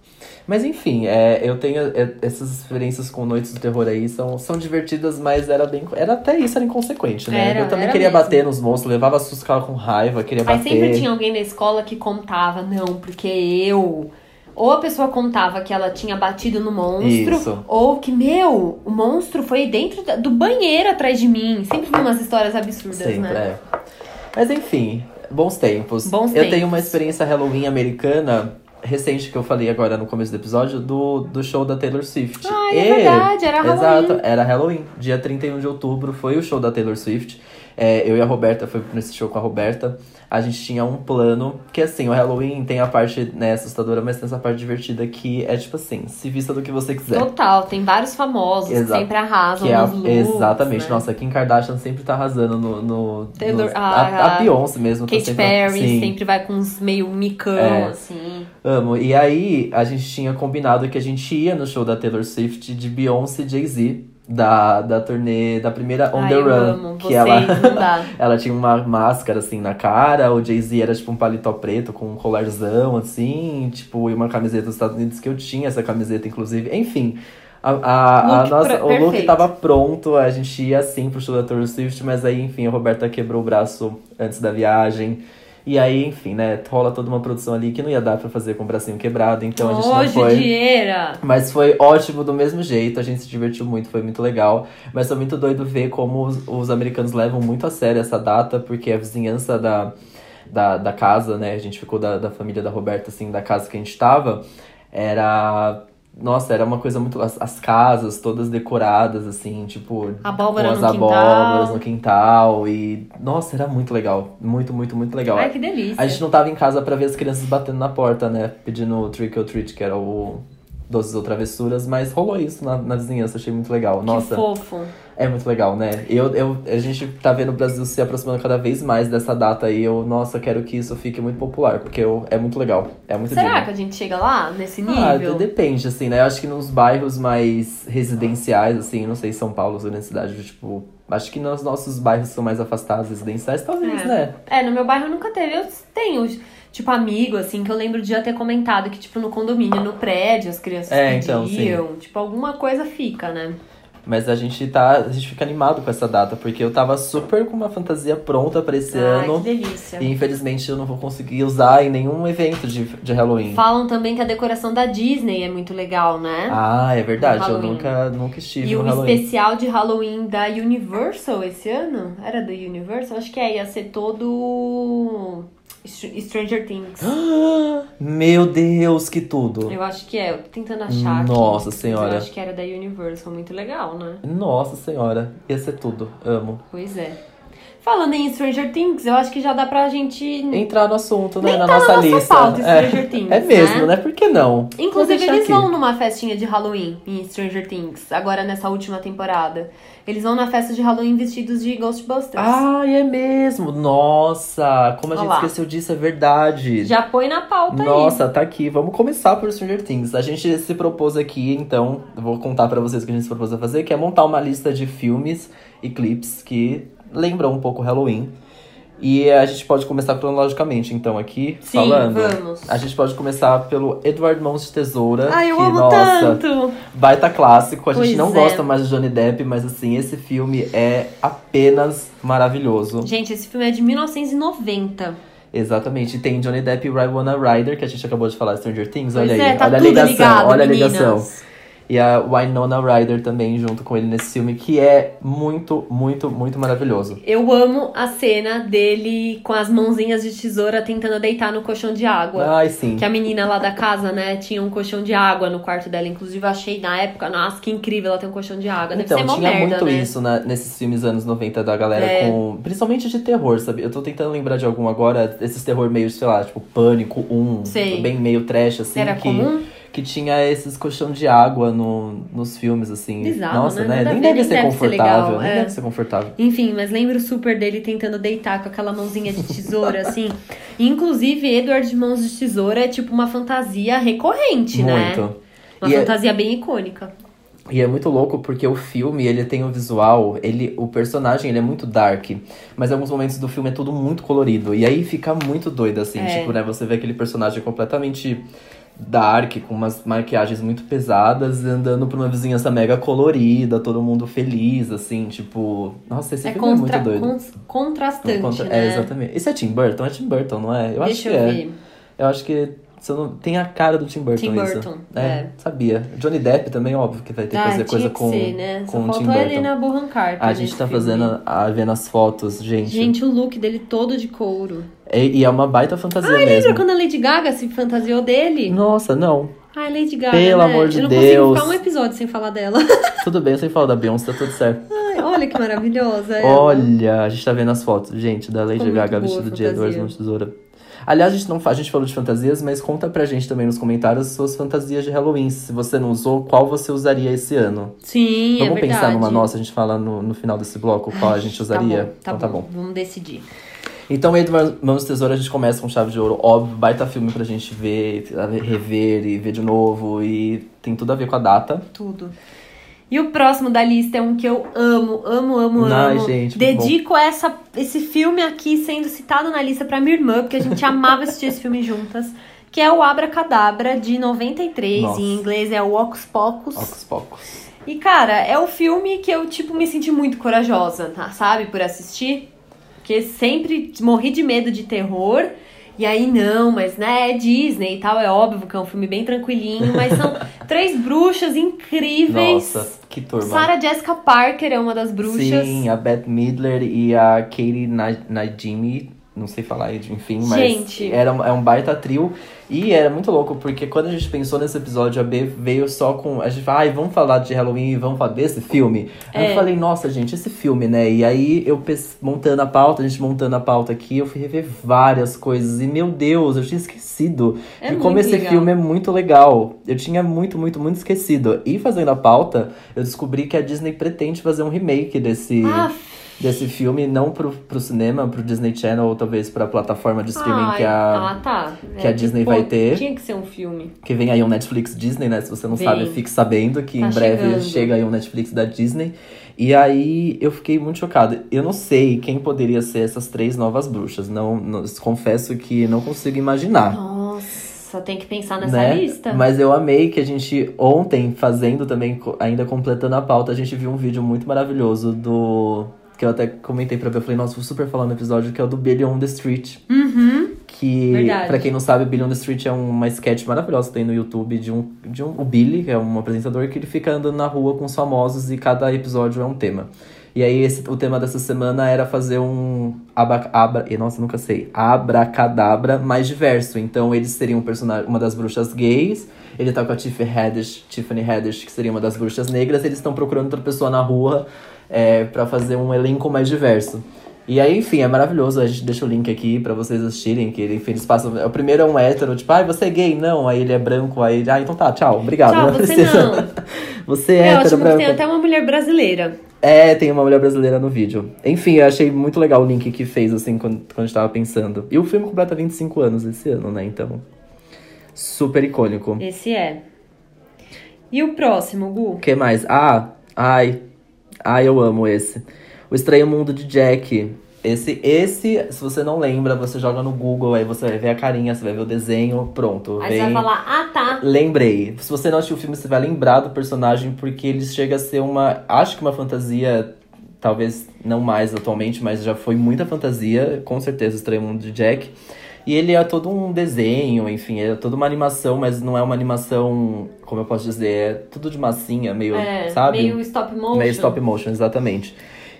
Mas enfim, é, eu tenho é, essas experiências com Noites do Terror aí, são, são divertidas, mas era bem. Era até isso, era inconsequente, né? Era, eu também era queria mesmo. bater nos monstros, levava susto, ficava com raiva, queria Aí bater. sempre tinha alguém na escola que contava, não, porque eu. Ou a pessoa contava que ela tinha batido no monstro, Isso. ou que, meu, o monstro foi dentro da- do banheiro atrás de mim. Sempre tem umas histórias absurdas, Sempre, né? é. Mas enfim, bons tempos. Bons eu tempos. tenho uma experiência Halloween americana recente que eu falei agora no começo do episódio do, do show da Taylor Swift. Ai, é E- verdade, era Halloween. Exato, era Halloween. Dia 31 de outubro foi o show da Taylor Swift. É, eu e a Roberta, foi nesse show com a Roberta. A gente tinha um plano, que assim, o Halloween tem a parte né, assustadora, mas tem essa parte divertida que é tipo assim, se vista do que você quiser. Total, tem vários famosos Exato. que sempre arrasam Que é a- nos looks, exatamente. né? Nossa, Kim Kardashian sempre tá arrasando no. no- Taylor- nos- ah, a, a Beyoncé mesmo. tá Katy sempre, Perry Sim, sempre vai com uns meio micão, É. assim. Amo. E aí, a gente tinha combinado que a gente ia no show da Taylor Swift de Beyoncé e Jay-Z. Da, da turnê, da primeira On Ai, The eu Run. amo. Que é ela, Vocês, não dá. ela tinha uma máscara assim na cara, o Jay-Z era tipo um paletó preto com um colarzão assim, tipo, e uma camiseta dos Estados Unidos que eu tinha essa camiseta, inclusive. Enfim, a, a, a Look nossa, pre- o look perfeito. tava pronto, a gente ia assim pro show da Taylor Swift, mas aí, enfim, a Roberta quebrou o braço antes da viagem. E aí, enfim, né, rola toda uma produção ali que não ia dar pra fazer com o bracinho quebrado, então a gente não Hoje, foi. dinheiro! Mas foi ótimo do mesmo jeito, a gente se divertiu muito, foi muito legal. Mas foi muito doido ver como os, os americanos levam muito a sério essa data, porque a vizinhança da, da, da casa, né? A gente ficou da, da família da Roberta, assim, da casa que a gente tava, era. Nossa, era uma coisa muito. As, as casas todas decoradas, assim, tipo. Abóbora com no as quintal. abóboras né? no quintal. E. Nossa, era muito legal. Muito, muito, muito legal. Ai, que delícia. A gente não tava em casa pra ver as crianças batendo na porta, né? Pedindo o trick or treat, que era o doces ou travessuras, mas rolou isso na, na vizinhança, achei muito legal. Que Nossa, fofo. é muito legal, né? Eu, eu, a gente tá vendo o Brasil se aproximando cada vez mais dessa data e eu, nossa, quero que isso fique muito popular, porque eu, é muito legal. É muito Será lindo. que é a gente chega lá, nesse Ah, de- nível? depende, assim, né? Eu acho que nos bairros mais residenciais, assim, não sei, São Paulo, grande cidade, tipo. Acho que nos nossos bairros que são mais afastados, residenciais, talvez, É. né? É, no meu bairro nunca teve. Eu tenho, tipo, amigo, assim, que eu lembro de já ter comentado que, tipo, no condomínio, no prédio, as crianças É, pediam. então, Tipo, alguma coisa fica, né? Mas a gente tá, a gente fica animado com essa data, porque eu tava super com uma fantasia pronta pra esse Ai, que ano. delícia. E infelizmente eu não vou conseguir usar em nenhum evento de, de Halloween. Falam também que a decoração da Disney é muito legal, né? Ah, é verdade. Eu Halloween. nunca, nunca estive E no o Halloween. especial de Halloween da Universal esse ano? Era da Universal? Acho que é, ia ser todo Str- Stranger Things. Meu Deus, que tudo! Eu acho que é, eu tô tentando achar. aqui. Nossa Mas Senhora. Eu acho que era da Universal, muito legal, né? Nossa senhora, ia ser tudo. Amo. Pois é. Falando em Stranger Things, eu acho que já dá pra gente. Entrar no assunto, né? Hum. Nem na tá nossa na nossa lista. pauta, é. Stranger Things, é mesmo, né? Por que não? Vou Inclusive, deixar eles aqui. vão numa festinha de Halloween em Stranger Things, agora nessa última temporada. Eles vão na festa de Halloween vestidos de Ghostbusters. Ai, é mesmo! Nossa, como a Olha gente lá. esqueceu disso, é verdade. Já põe na pauta Nossa, tá aqui. Vamos começar por Stranger Things. A gente se propôs aqui, então, eu vou contar pra vocês o que a gente se propôs a fazer, que é montar uma lista de filmes e clipes que lembram um pouco Halloween. E a gente pode começar cronologicamente, então, aqui, Sim, falando. vamos. A gente pode começar pelo Edward Mãos de Tesoura. Ai, eu que, amo nossa, tanto! baita clássico. A gente Pois não é. gosta mais de Johnny Depp, mas assim, esse filme é apenas maravilhoso. Gente, esse filme é de 1990. Exatamente. E Tem Johnny Depp e Rywona Ryder, que a gente acabou de falar Stranger Things. Pois olha aí, é, tá olha a tudo ligação, ligado, olha meninas. a ligação. E a Winona Ryder também junto com ele nesse filme, que é muito, muito, muito maravilhoso. Eu amo a cena dele com as mãozinhas de tesoura tentando deitar no colchão de água. Ai, sim. Que a menina lá da casa, né, tinha um colchão de água no quarto dela. Inclusive, eu achei na época, nossa, que incrível, ela tem um colchão de água. Deve Então, ser mó tinha merda, muito né? isso na- nesses filmes anos 90 da galera É. com. Principalmente de terror, sabe? Eu tô tentando lembrar de algum agora, esses terror meio, sei lá, tipo, pânico 1, Sei. bem meio trash, assim, Era que, comum? que tinha esses colchão de água no, nos filmes, assim. Bizarro, Nossa, né? né? Nada a Nem ver, deve nem ser deve ser confortável. legal, nem é. deve ser confortável. Enfim, mas lembro super dele tentando deitar com aquela mãozinha de tesoura, assim. E, inclusive, Edward de Mãos de Tesoura é tipo uma fantasia recorrente, Muito. né? Uma E é- fantasia bem icônica. E é muito louco porque o filme, ele tem um visual, ele, o personagem, ele é muito dark, mas em alguns momentos do filme é tudo muito colorido. E aí fica muito doido, assim, É. tipo, né, você vê aquele personagem completamente dark, com umas maquiagens muito pesadas, andando por uma vizinhança mega colorida, todo mundo feliz, assim, tipo... Nossa, esse é filme é contra... muito doido. cons- contrastante, Contra- É, né? exatamente. Esse é Tim Burton? É Tim Burton, não é? Eu acho Deixa que eu é. ver. Eu acho que... se eu não- Tem a cara do Tim Burton Tim isso. Burton, É, é. sabia. Johnny Depp também, óbvio, que vai ter que Ah, fazer coisa tinha que com, ser, né? com Só o Tim faltou a Burton. Helena Bonham Carter A gente nesse tá filme. fazendo, a, vendo as fotos, gente. Gente, o look dele todo de couro. E, e é uma baita fantasia Ah, Lembra mesmo. quando a Lady Gaga se fantasiou dele? Nossa, não. Ai, Lady Gaga, Pelo né? amor de Eu não consigo Deus. ficar um episódio sem falar dela. Tudo bem, sem falar da Beyoncé, tá tudo certo. Ai, olha que maravilhosa ela. Olha, a gente tá vendo as fotos, gente, da Lady É. Ficou Gaga muito boa a vestida de Edward fantasia. Mãos de Tesoura. Aliás, a gente, não, fa- a gente falou de fantasias, mas conta pra gente também nos comentários suas fantasias de Halloween. Se você não usou, qual você usaria esse ano? Sim, é Vamos verdade. pensar numa nossa, a gente fala no, no final desse bloco qual a gente usaria. Tá bom, então tá, bom. Vamos decidir. Então, Edward Mãos de Tesoura, a gente começa com chave de ouro, óbvio, baita filme pra gente ver, rever e ver de novo, e tem tudo a ver com a data. Tudo. E o próximo da lista é um que eu amo, amo, amo, Ai, amo. gente, muito Dedico essa, esse filme aqui sendo citado na lista pra minha irmã, porque a gente amava assistir esse filme juntas. Que é o Abra Cadabra, de 93. Nossa. Em inglês é o Ocus Pocus. Ocos Pocos. E, cara, é o filme que eu, tipo, me senti muito corajosa, tá? sabe? Por assistir. Porque sempre morri de medo de terror. E aí, não, mas, né, é Disney e tal. É óbvio que é um filme bem tranquilinho. Mas são três bruxas incríveis. Nossa, que turma. Sarah Jessica Parker é uma das bruxas. Sim, a Beth Midler e a Katie Na- Najimy, não sei falar, enfim, mas Gente. Era, um- é um baita trio. E era muito louco, porque quando a gente pensou nesse episódio, a B veio só com. A gente falou, ai, vamos falar de Halloween, vamos falar desse filme. Aí É. eu falei, nossa, gente, esse filme, né? E aí eu pes- montando a pauta, a gente montando a pauta aqui, eu fui rever várias coisas. E meu Deus, eu tinha esquecido. É e como muito esse legal. filme é muito legal. Eu tinha muito, muito, muito esquecido. E fazendo a pauta, eu descobri que a Disney pretende fazer um remake desse Ah, desse filme, não pro, pro cinema, pro Disney Channel, ou talvez pra plataforma de streaming ai, que, a, ah, tá. que a Disney pô, vai ter. Tinha que ser um filme. que vem aí um Netflix Disney, né? Se você não Vem. sabe, fique sabendo que Tá em breve chegando. chega aí um Netflix da Disney. E aí eu fiquei muito chocado. Eu não sei quem poderia ser essas três novas bruxas. Não, não- confesso que não consigo imaginar. Nossa, tem que pensar nessa né? lista. Mas eu amei que a gente ontem fazendo também, co- ainda completando a pauta, a gente viu um vídeo muito maravilhoso do que eu até comentei pra ver, eu falei, nossa, vou super falar no episódio que é o do Billy on the Street, Uhum. que Verdade. pra quem não sabe, Billy on the Street é uma sketch maravilhosa que tem no YouTube de um de um o Billy, que é um apresentador que ele fica andando na rua com os famosos e cada episódio é um tema. E aí esse, o tema dessa semana era fazer um abra, abra, e nossa, nunca sei, abracadabra mais diverso. Então eles seriam um personagem, uma das bruxas gays, ele tá com a Tiffany Haddish, Tiffany Haddish, que seria uma das bruxas negras, eles estão procurando outra pessoa na rua é, para fazer um elenco mais diverso. E aí, enfim, é maravilhoso. A gente deixa o link aqui pra vocês assistirem, que enfim, eles passam. O primeiro é um hétero, tipo, ai, você é gay? Não, aí ele é branco, aí ele. Ah, então tá, tchau, obrigado. Tchau, você não. você é, É, hétero, ótimo que branco. tem até uma mulher brasileira. É, tem uma mulher brasileira no vídeo. Enfim, eu achei muito legal o link que fez, assim, quando, quando a gente tava pensando. E o filme completa 25 anos esse ano, né? Então. Super icônico. Esse é. E o próximo, O Gu? que mais? Ah, ai. Ai, eu amo esse. O Estranho Mundo de Jack. Esse, esse, se você não lembra, você joga no Google, aí você vai ver a carinha, você vai ver o desenho, pronto. Aí vem... você vai falar, ah tá. Lembrei. Se você não assistiu o filme, você vai lembrar do personagem, porque ele chega a ser uma. Acho que uma fantasia, talvez não mais atualmente, mas já foi muita fantasia, com certeza, o Estranho Mundo de Jack. E ele é todo um desenho, enfim, é toda uma animação, mas não é uma animação, como eu posso dizer, é tudo de massinha, meio, É, sabe? meio stop motion. Meio stop motion, exatamente.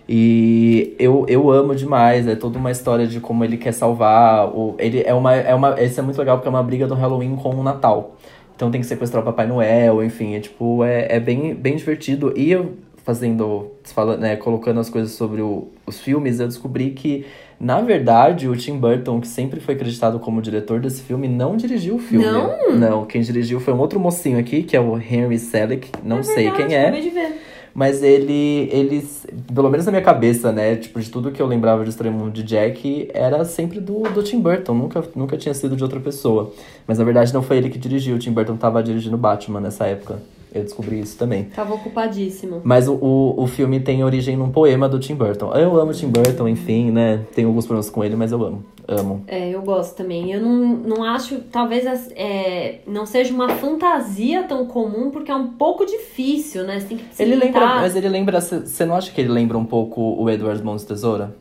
E eu, eu amo demais, é toda uma história de como ele quer salvar. O, ele é uma, é uma. Esse é muito legal porque é uma briga do Halloween com o Natal. Então tem que sequestrar o Papai Noel, enfim, é tipo, é, é bem, bem divertido. E eu fazendo. Falando, né, colocando as coisas sobre o- os filmes, eu descobri que, na verdade, o Tim Burton, que sempre foi acreditado como diretor desse filme, não dirigiu o filme. Não? Não, quem dirigiu foi um outro mocinho aqui, que é o Henry Selick, não É sei verdade, quem é. Acabei de ver. Mas ele, eles, pelo menos na minha cabeça, né? Tipo, de tudo que eu lembrava de Estranho Mundo de Jack, era sempre do, do Tim Burton, nunca, nunca tinha sido de outra pessoa. Mas na verdade não foi ele que dirigiu, o Tim Burton tava dirigindo Batman nessa época. Eu descobri isso também. Tava ocupadíssimo. Mas o, o, o filme tem origem num poema do Tim Burton. Eu amo Tim Burton, enfim, né? Tenho alguns problemas com ele, mas eu amo. Amo. É, eu gosto também. Eu não, não acho, talvez as- é, não seja uma fantasia tão comum, porque é um pouco difícil, né? Você tem que se ele lembra, limitar. mas ele lembra, você não acha que ele lembra um pouco o Edward Mãos de Tesoura?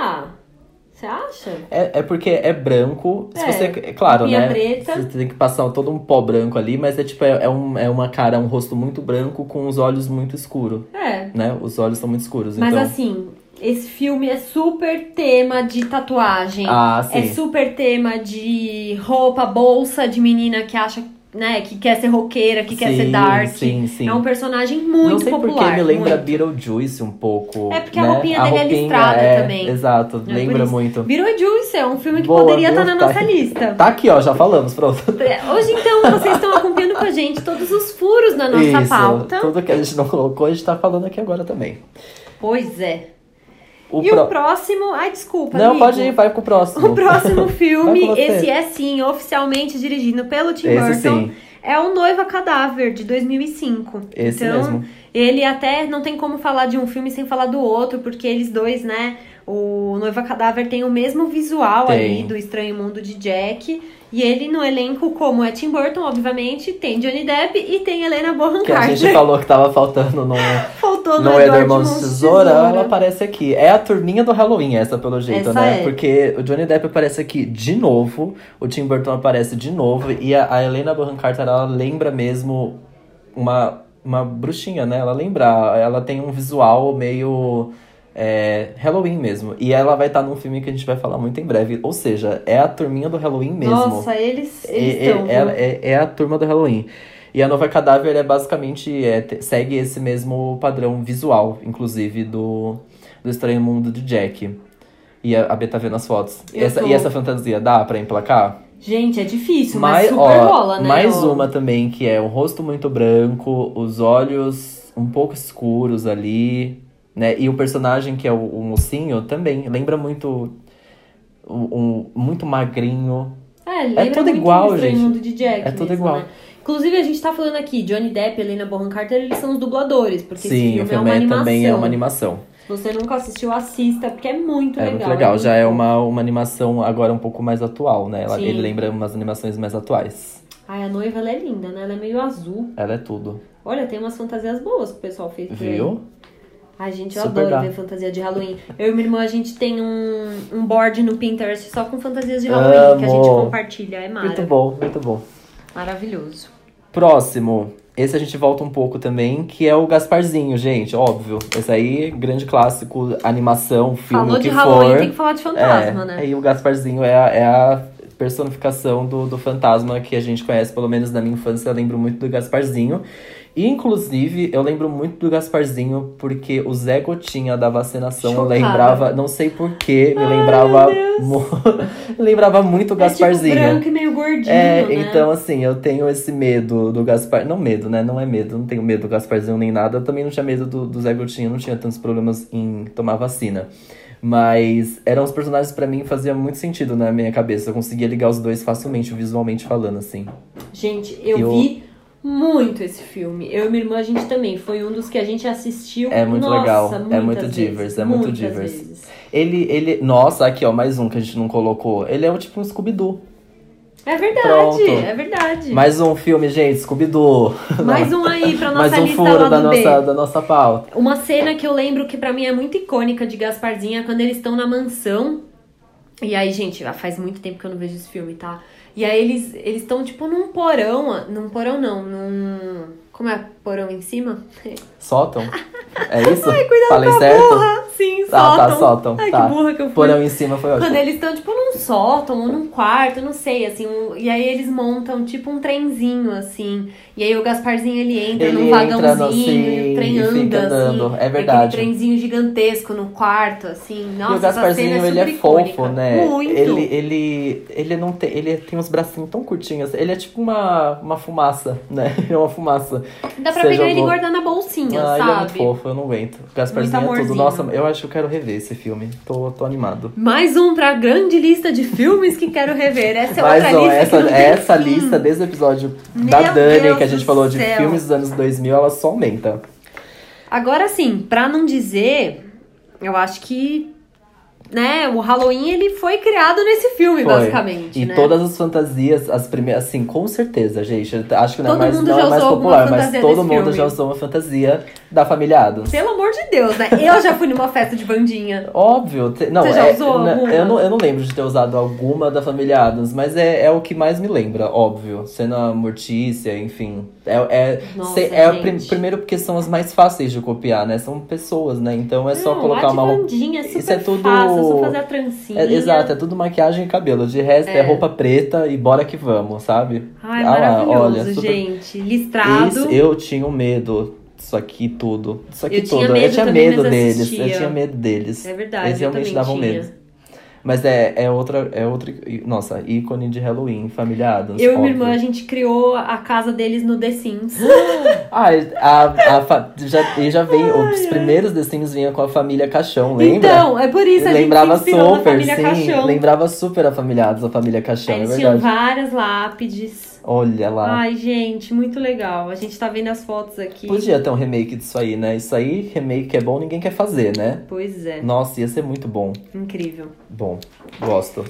Ah, você acha? É, é porque é branco. Se É, você, é claro, roupinha né? preta. Você tem que passar todo um pó branco ali, mas é tipo, é, é um, é uma cara, um rosto muito branco com os olhos muito escuros, É. né? Os olhos são muito escuros, Mas então. assim, esse filme é super tema de tatuagem. ah, sim. É super tema de roupa, bolsa de menina que acha, né, que quer ser roqueira, que quer ser Sim, dark. Sim, sim. É um personagem Não muito sei popular. porque me lembra muito. Beetlejuice um pouco. É porque a né? roupinha dele é roupinha, listrada é, também. Exato, por lembra isso. muito. Beetlejuice é um filme que Boa, poderia viu? estar na Tá nossa aí. lista. Tá aqui, ó, já falamos, pronto. Hoje, então, vocês estão acompanhando com a gente todos os furos na nossa Isso, pauta. Tudo que a gente não colocou, a gente tá falando aqui agora também. Pois é. O e pró- o próximo... Ai, desculpa, Não, amigo. pode ir, vai pro próximo. O próximo Vai filme, com você. esse é sim, oficialmente dirigido pelo Tim Esse Burton. sim, É o Noiva Cadáver, de 2005. esse então, mesmo. Ele até não tem como falar de um filme sem falar do outro, porque eles dois, né? O Noiva Cadáver tem o mesmo visual Tem. ali do Estranho Mundo de Jack. E ele no elenco, como é Tim Burton, obviamente, tem Johnny Depp e tem Helena Bonham Que a Carter. gente falou que tava faltando no, Faltou no no Eduardo Edward Mãos de Mãos de Tesoura, ela aparece aqui. É a turminha do Halloween essa, pelo jeito, Essa né? é. Porque o Johnny Depp aparece aqui de novo, o Tim Burton aparece de novo, e a, a Helena Bonham Carter, ela lembra mesmo uma, uma bruxinha, né? Ela lembra, ela tem um visual meio... é, Halloween mesmo. E ela vai estar num filme que a gente vai falar muito em breve. Ou seja, é a turminha do Halloween mesmo. Nossa, eles É, eles é- estão. viu? ela- é, é a turma do Halloween. E a Nova Cadáver é basicamente é, te- segue esse mesmo padrão visual, inclusive, do, do Estranho Mundo de Jack. E a, a Beta vê nas fotos. E Eu essa, tô. e essa fantasia dá pra emplacar? Gente, é difícil, Mais- mas super ó, rola, né? Mais ó. uma também, que é um rosto muito branco, os olhos um pouco escuros ali, né? E o personagem, que é o, o mocinho, também lembra muito... Um, um- muito magrinho. É, lembra tudo muito igual, o Estranho gente. Mundo de Jack É tudo mesmo, igual. né? Inclusive, a gente tá falando aqui, Johnny Depp e Helena Bonham Carter, eles são os dubladores, porque Sim, esse o filme, filme é é- uma também é animação. uma animação. Se você nunca assistiu, assista, porque é muito É legal. muito legal. Já é muito uma, uma animação agora um pouco mais atual, né? Ela- Sim. ele lembra umas animações mais atuais. bom. Ai, a noiva, ela é linda, né? Ela é meio azul. Ela é tudo, Olha, tem umas fantasias boas que o pessoal fez. por aí. viu? Ai, gente, eu Super adoro dá. ver fantasia de Halloween. Eu e minha irmã, a gente tem um, um board no Pinterest só com fantasias de Halloween que a gente Amo. compartilha. É Muito mara. bom, muito bom. maravilhoso. Próximo. Esse a gente volta um pouco também, que é o Gasparzinho, gente, óbvio. Esse aí, grande clássico, animação, filme, Falou o que de Halloween, for. tem que falar de É, fantasma, né? E o Gasparzinho é a, é a personificação do, do fantasma que a gente conhece, pelo menos na minha infância, eu lembro muito do Gasparzinho. E, inclusive, eu lembro muito do Gasparzinho porque o Zé Gotinha da vacinação Chocada. lembrava, não sei porquê, me lembrava, mu- lembrava muito o Gasparzinho. É tipo branco e meio gordinho, É, né? então assim, eu tenho esse medo do Gaspar. Não medo, né? Não é medo, não tenho medo do Gasparzinho nem nada. Eu também não tinha medo do, do Zé Gotinha, não tinha tantos problemas em tomar vacina. Mas eram os personagens pra mim que faziam muito sentido na minha cabeça. Eu conseguia ligar os dois facilmente, visualmente falando, assim. Gente, eu, Eu- vi muito esse filme. Eu e minha irmã, a gente também. Foi um dos que a gente assistiu. É muito nossa, legal. É muitas muito vezes, divers, é muito muitas divers. vezes. Ele, ele. Nossa, aqui, ó, mais um que a gente não colocou. Ele é um tipo um Scooby-Doo. É verdade, Pronto. é verdade. Mais um filme, gente, Scooby-Doo. Mais um aí pra nossa mais um lista lá furo da do B. nossa, da nossa pauta. Uma cena que eu lembro que pra mim é muito icônica de Gasparzinha é quando eles estão na mansão. E aí, gente, ah, faz muito tempo que eu não vejo esse filme, tá? E aí eles eles estão tipo num porão, ah, num porão não, num como é porão em cima? Soltam? É isso? Ai, cuidado Falei com a certo? burra. Sim, Ah, sótão. tá, soltam. Ai, tá. que burra que eu fui. Porão em cima foi ótimo. Quando eles estão, tipo, num sótão ou num quarto, não sei, assim. um- e aí eles montam, tipo, um trenzinho, assim. E aí o Gasparzinho, ele entra Ele num entra no- vagãozinho e sim, o trem e anda, fica andando, assim. é verdade. Aquele trenzinho gigantesco no quarto, assim. Nossa, e o essa Gasparzinho, cena é ele é super fofo, icônica. né? Muito. Ele, ele, ele não tem. Ele tem uns bracinhos tão curtinhos. Ele é tipo uma, uma fumaça, né? É uma fumaça. Dá pra Você pegar ele e jogou. guardar na bolsinha, Ah, ele é muito sabe? fofo, eu não aguento. Gasparzinho Muito é tudo. amorzinho. Nossa, eu acho que eu quero rever esse filme. Tô, tô animado. Mais um pra grande lista de filmes que quero rever. Essa é Mas outra ó, lista um, essa, que não tem essa fim. lista, desde o episódio Meu da Dani, Deus que a gente do falou de céu. filmes dos anos 2000, ela só aumenta. Agora sim, pra não dizer, eu acho que né, o Halloween ele foi criado nesse filme, Foi. basicamente, E né? todas as fantasias, as primeiras, assim, com certeza, gente. Eu Acho que não é Todo mais, mundo não já é mais usou alguma popular, mas fantasia todo desse mundo filme. já usou uma fantasia da família Adams. Pelo amor de Deus, né? Eu já fui numa festa de bandinha. Óbvio, te- não, Você já é- usou né, alguma? eu, não, eu não lembro de ter usado alguma da família Adams, mas é, é o que mais me lembra, óbvio. Cena Mortícia, enfim. É, é, Nossa, se- é o prim- gente. primeiro porque são as mais fáceis de copiar, né? São pessoas, né? Então é só Não, colocar lá uma de roupa. bandinha, é super Isso é tudo- fácil, é só fazer a trancinha. É, exato, é tudo maquiagem e cabelo. De resto é, É. roupa preta e bora que vamos, sabe? Ai, Ah lá, maravilhoso, olha, super- gente. Listrado. Isso, eu tinha um medo disso aqui tudo. Isso aqui Eu tinha tudo. eu medo tinha também, medo mas deles. Eu assistia. tinha medo deles. É verdade, Eles eu realmente também davam tinha. medo. Mas é, é outra. É outra. Nossa, ícone de Halloween, família Adams. Eu e minha óbvio. irmã, a gente criou a casa deles no The Sims. Ah, a, a fa- já, e já vem. os primeiros desenhos vinham com a família Caixão, lembra? Então, é por isso a lembrava gente se inspirou na super, família sim. Caixão. Lembrava super a família Adams, a família Caixão, Aí é Eles tinham verdade. várias lápides. Olha lá. um Ai, gente, muito legal. A gente tá vendo as fotos aqui. Podia ter um remake disso aí, né? Isso aí, remake é bom, ninguém quer fazer, né? Pois é, Nossa, ia ser muito bom. incrível. Bom, gosto.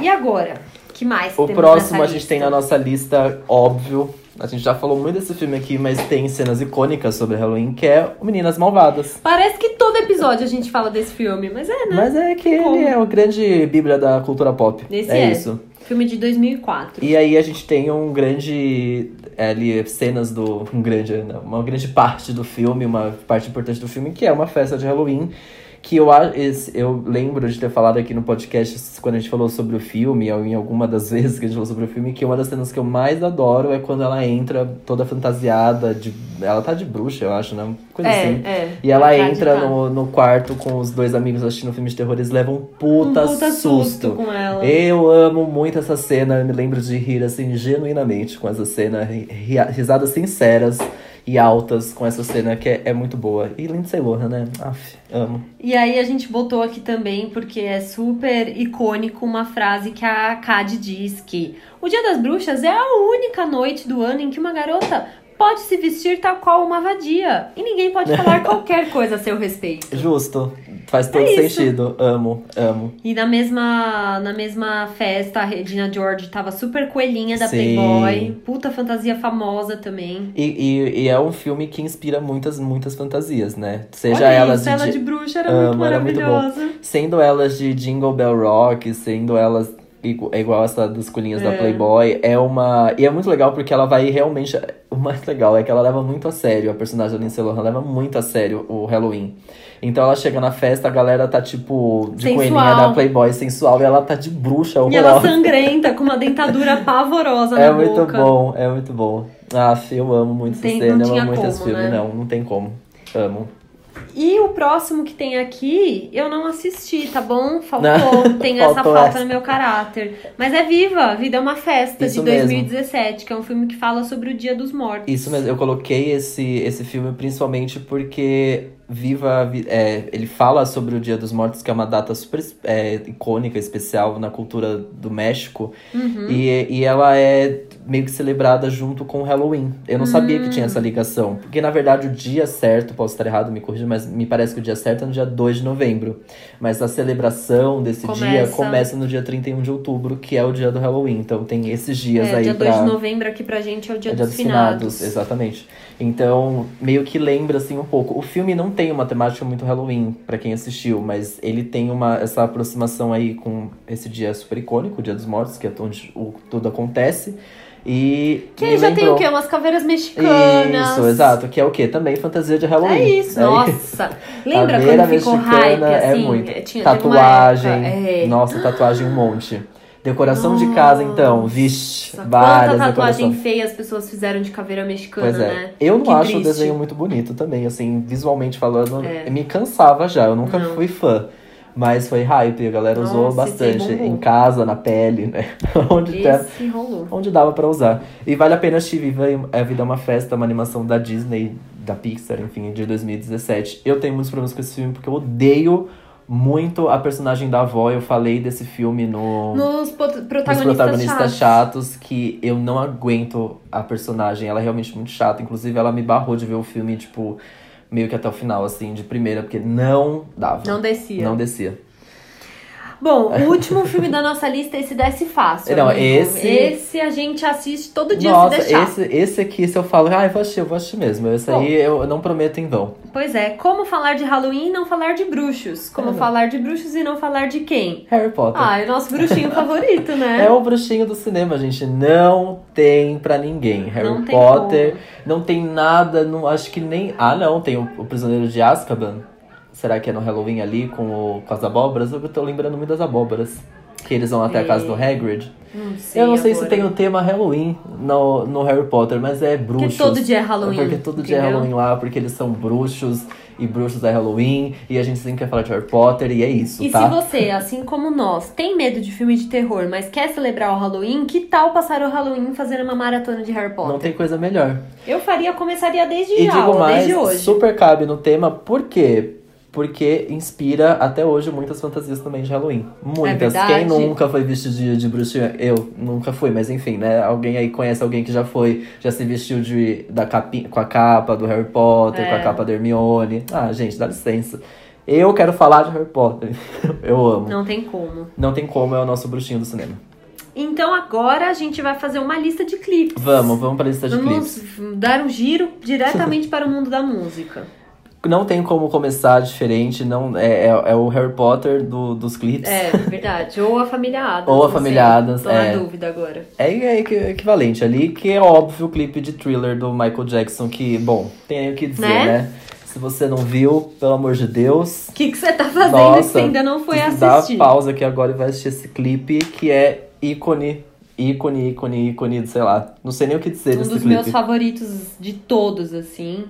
E agora? Que mais? O temos próximo nessa a gente tem na lista? nossa lista, óbvio. A gente já falou muito desse filme aqui, mas tem cenas icônicas sobre Halloween, que é o Meninas Malvadas. Parece que todo episódio a gente fala desse filme, mas é, né? Mas é que ele Como? é o grande bíblia da cultura pop. Esse é, é. isso. Filme de 2004. E aí a gente tem um grande. é, ali, cenas do. Um grande. não, uma grande parte do filme, uma parte importante do filme, que é uma festa de Halloween. Que eu, a- esse- eu lembro de ter falado aqui no podcast, quando a gente falou sobre o filme, ou em alguma das vezes que a gente falou sobre o filme, que uma das cenas que eu mais adoro é quando ela entra toda fantasiada, de, ela tá de bruxa, eu acho, né? Coisa é, assim. é. E ela Tá, entra tá. no, no quarto com os dois amigos assistindo filme de terror, eles levam um um puta, puta susto. com ela. Eu amo muito essa cena, eu me lembro de rir assim genuinamente com essa cena, ri- ri- risadas sinceras e altas com essa cena que é, é muito boa. E Lindsay Lohan, né? Aff, amo. E aí a gente botou aqui também, porque é super icônico uma frase que a Cad diz que o Dia das Bruxas é a única noite do ano em que uma garota pode se vestir tal qual uma vadia. E ninguém pode falar qualquer coisa a seu respeito. É Justo, faz todo É isso. sentido. Amo, amo. E na mesma, na mesma festa, a Regina George tava super coelhinha da Sim. Playboy. Puta fantasia famosa também. E, e- e é um filme que inspira muitas, muitas fantasias, né? Seja Olha elas isso, de, ela di- de bruxa era muito Amo, era muito bom. maravilhosa. Sendo elas de Jingle Bell Rock, sendo elas igu- é igual essa das colinhas da Playboy, é uma. E é muito legal porque ela vai realmente. O mais legal é que ela leva muito a sério, a personagem da Lindsay Lohan leva muito a sério o Halloween. Então ela chega na festa, a galera tá tipo de Sensual. coelhinha da Playboy sensual e ela tá de bruxa E ela horrorosa. sangrenta, com uma dentadura pavorosa É na muito boca. bom, é muito bom. Aff, eu amo muito Tem- essa cena, não eu tinha amo muito esse como, filme. né? Não, não tem como. Amo. E o próximo que tem aqui, eu não assisti, tá bom? Faltou. Não, Tem essa faltou falta essa. no meu caráter. Mas é viva, Vida é uma Festa, Isso de mesmo. 2017, que é um filme que fala sobre o Dia dos Mortos. Isso mesmo, eu coloquei esse, esse filme principalmente porque Viva. Vi- é, ele fala sobre o Dia dos Mortos, que é uma data super é, icônica, especial na cultura do México. Uhum. E, e ela é meio que celebrada junto com o Halloween. Eu não sabia que tinha Hum. essa ligação. Porque, na verdade, o dia certo, posso estar errado, me corrija, mas me parece que o dia certo é no dia 2 de novembro. Mas a celebração desse dia Começa. começa no dia 31 de outubro, que é o dia do Halloween. Então tem esses dias É, aí dia 2 pra... de novembro aqui pra gente é o dia, É Dia dos, finados. Exatamente. Então, meio que lembra assim um pouco. O filme não tem uma temática muito Halloween pra quem assistiu, mas ele tem uma essa aproximação aí com esse dia super icônico, o Dia dos Mortos, que é onde o, tudo acontece. E Que me aí já tem o lembrou- quê? Umas caveiras mexicanas. Isso, exato, que é o quê? Também fantasia de Halloween. É isso, nossa. Lembra Caveira quando ficou mexicana hype, é assim? muito. É, tinha- teve uma época, Tatuagem. é. Nossa, tatuagem um monte. Decoração de casa, então, vixe, Nossa, várias Quanta tatuagem decorações. feia as pessoas fizeram de caveira mexicana, Pois é. né? Eu não Que acho o triste. desenho muito bonito também, assim, visualmente falando, É. me cansava já, eu nunca Não. fui fã. Mas foi hype, a galera usou Nossa, esse aí bastante. bombou. Em casa, na pele, né? onde, der- Esse rolou. onde dava pra usar. E vale a pena assistir Viva a Vida é uma Festa, uma animação da Disney, da Pixar, enfim, de 2017. Eu tenho muitos problemas com esse filme porque eu odeio muito a personagem da avó. Eu falei desse filme Nos pot- os protagonistas, protagonistas chatos. chatos que eu não aguento a personagem. Ela é realmente muito chata. Inclusive, ela me barrou de ver o filme, tipo, meio que até o final, assim, de primeira, porque não dava. Não descia. Não descia. Bom, o último filme da nossa lista, esse desce fácil. Não, amigo. esse- Esse a gente assiste todo dia Nossa, se deixar. esse, esse aqui, se eu falo, ah, eu vou assistir, eu vou assistir mesmo. Esse Bom. aí eu não prometo em vão. Pois é, como falar de Halloween e não falar de bruxos? Como É. falar de bruxos e não falar de quem? Harry Potter. Ah, é o nosso bruxinho favorito, né? É o bruxinho do cinema, gente. Não tem pra ninguém. Harry Não tem Potter, não tem nada, não acho que nem. Ah, não, tem o, o Prisioneiro de Azkaban. Será que é no Halloween ali com, o- com as abóboras? Eu tô lembrando muito das abóboras. Que eles vão até a casa do Hagrid. Não Eu não sei se agora. tem o tema Halloween no, no Harry Potter, mas é bruxos. Porque todo dia é Halloween. Porque todo dia é entendeu? Halloween lá, porque eles são bruxos, e bruxos é Halloween, e a gente sempre quer falar de Harry Potter, e é isso, E tá? se você, assim como nós, tem medo de filme de terror, mas quer celebrar o Halloween, que tal passar o Halloween fazendo uma maratona de Harry Potter? Não tem coisa melhor. Eu faria, começaria desde E já, digo ó, mais, desde hoje. super cabe no tema, por quê? Porque inspira até hoje muitas fantasias também de Halloween. Muitas. É verdade. Quem nunca foi vestido de, de bruxinha? Eu nunca fui, mas enfim, né? Alguém aí conhece alguém que já foi, já se vestiu de, da capinha, com a capa do Harry Potter, com a É. capa da Hermione. Ah, gente, dá licença. Eu quero falar de Harry Potter. Eu amo. Não. Não tem como. tem como, é o nosso bruxinho do cinema. Então agora a gente vai fazer uma lista de clipes. Vamos, vamos pra lista de clipes. Vamos dar um giro diretamente para o mundo da música. Não tem como começar diferente, não é, é, é o Harry Potter do- dos clipes. É, verdade. Ou a família Adams. Ou a não família sei. Addams, Tô é. na dúvida agora. É, é equi- equivalente ali, que é óbvio o clipe de thriller do Michael Jackson, que, bom, tem aí o que dizer, né? Né? Se você não viu, pelo amor de Deus. O que, que você tá fazendo Nossa, que você ainda não foi dá assistir? pausa aqui agora e vai assistir esse clipe que é ícone, ícone, ícone, ícone, sei lá. Não sei nem o que dizer um desse dos clipe. meus favoritos de todos, assim.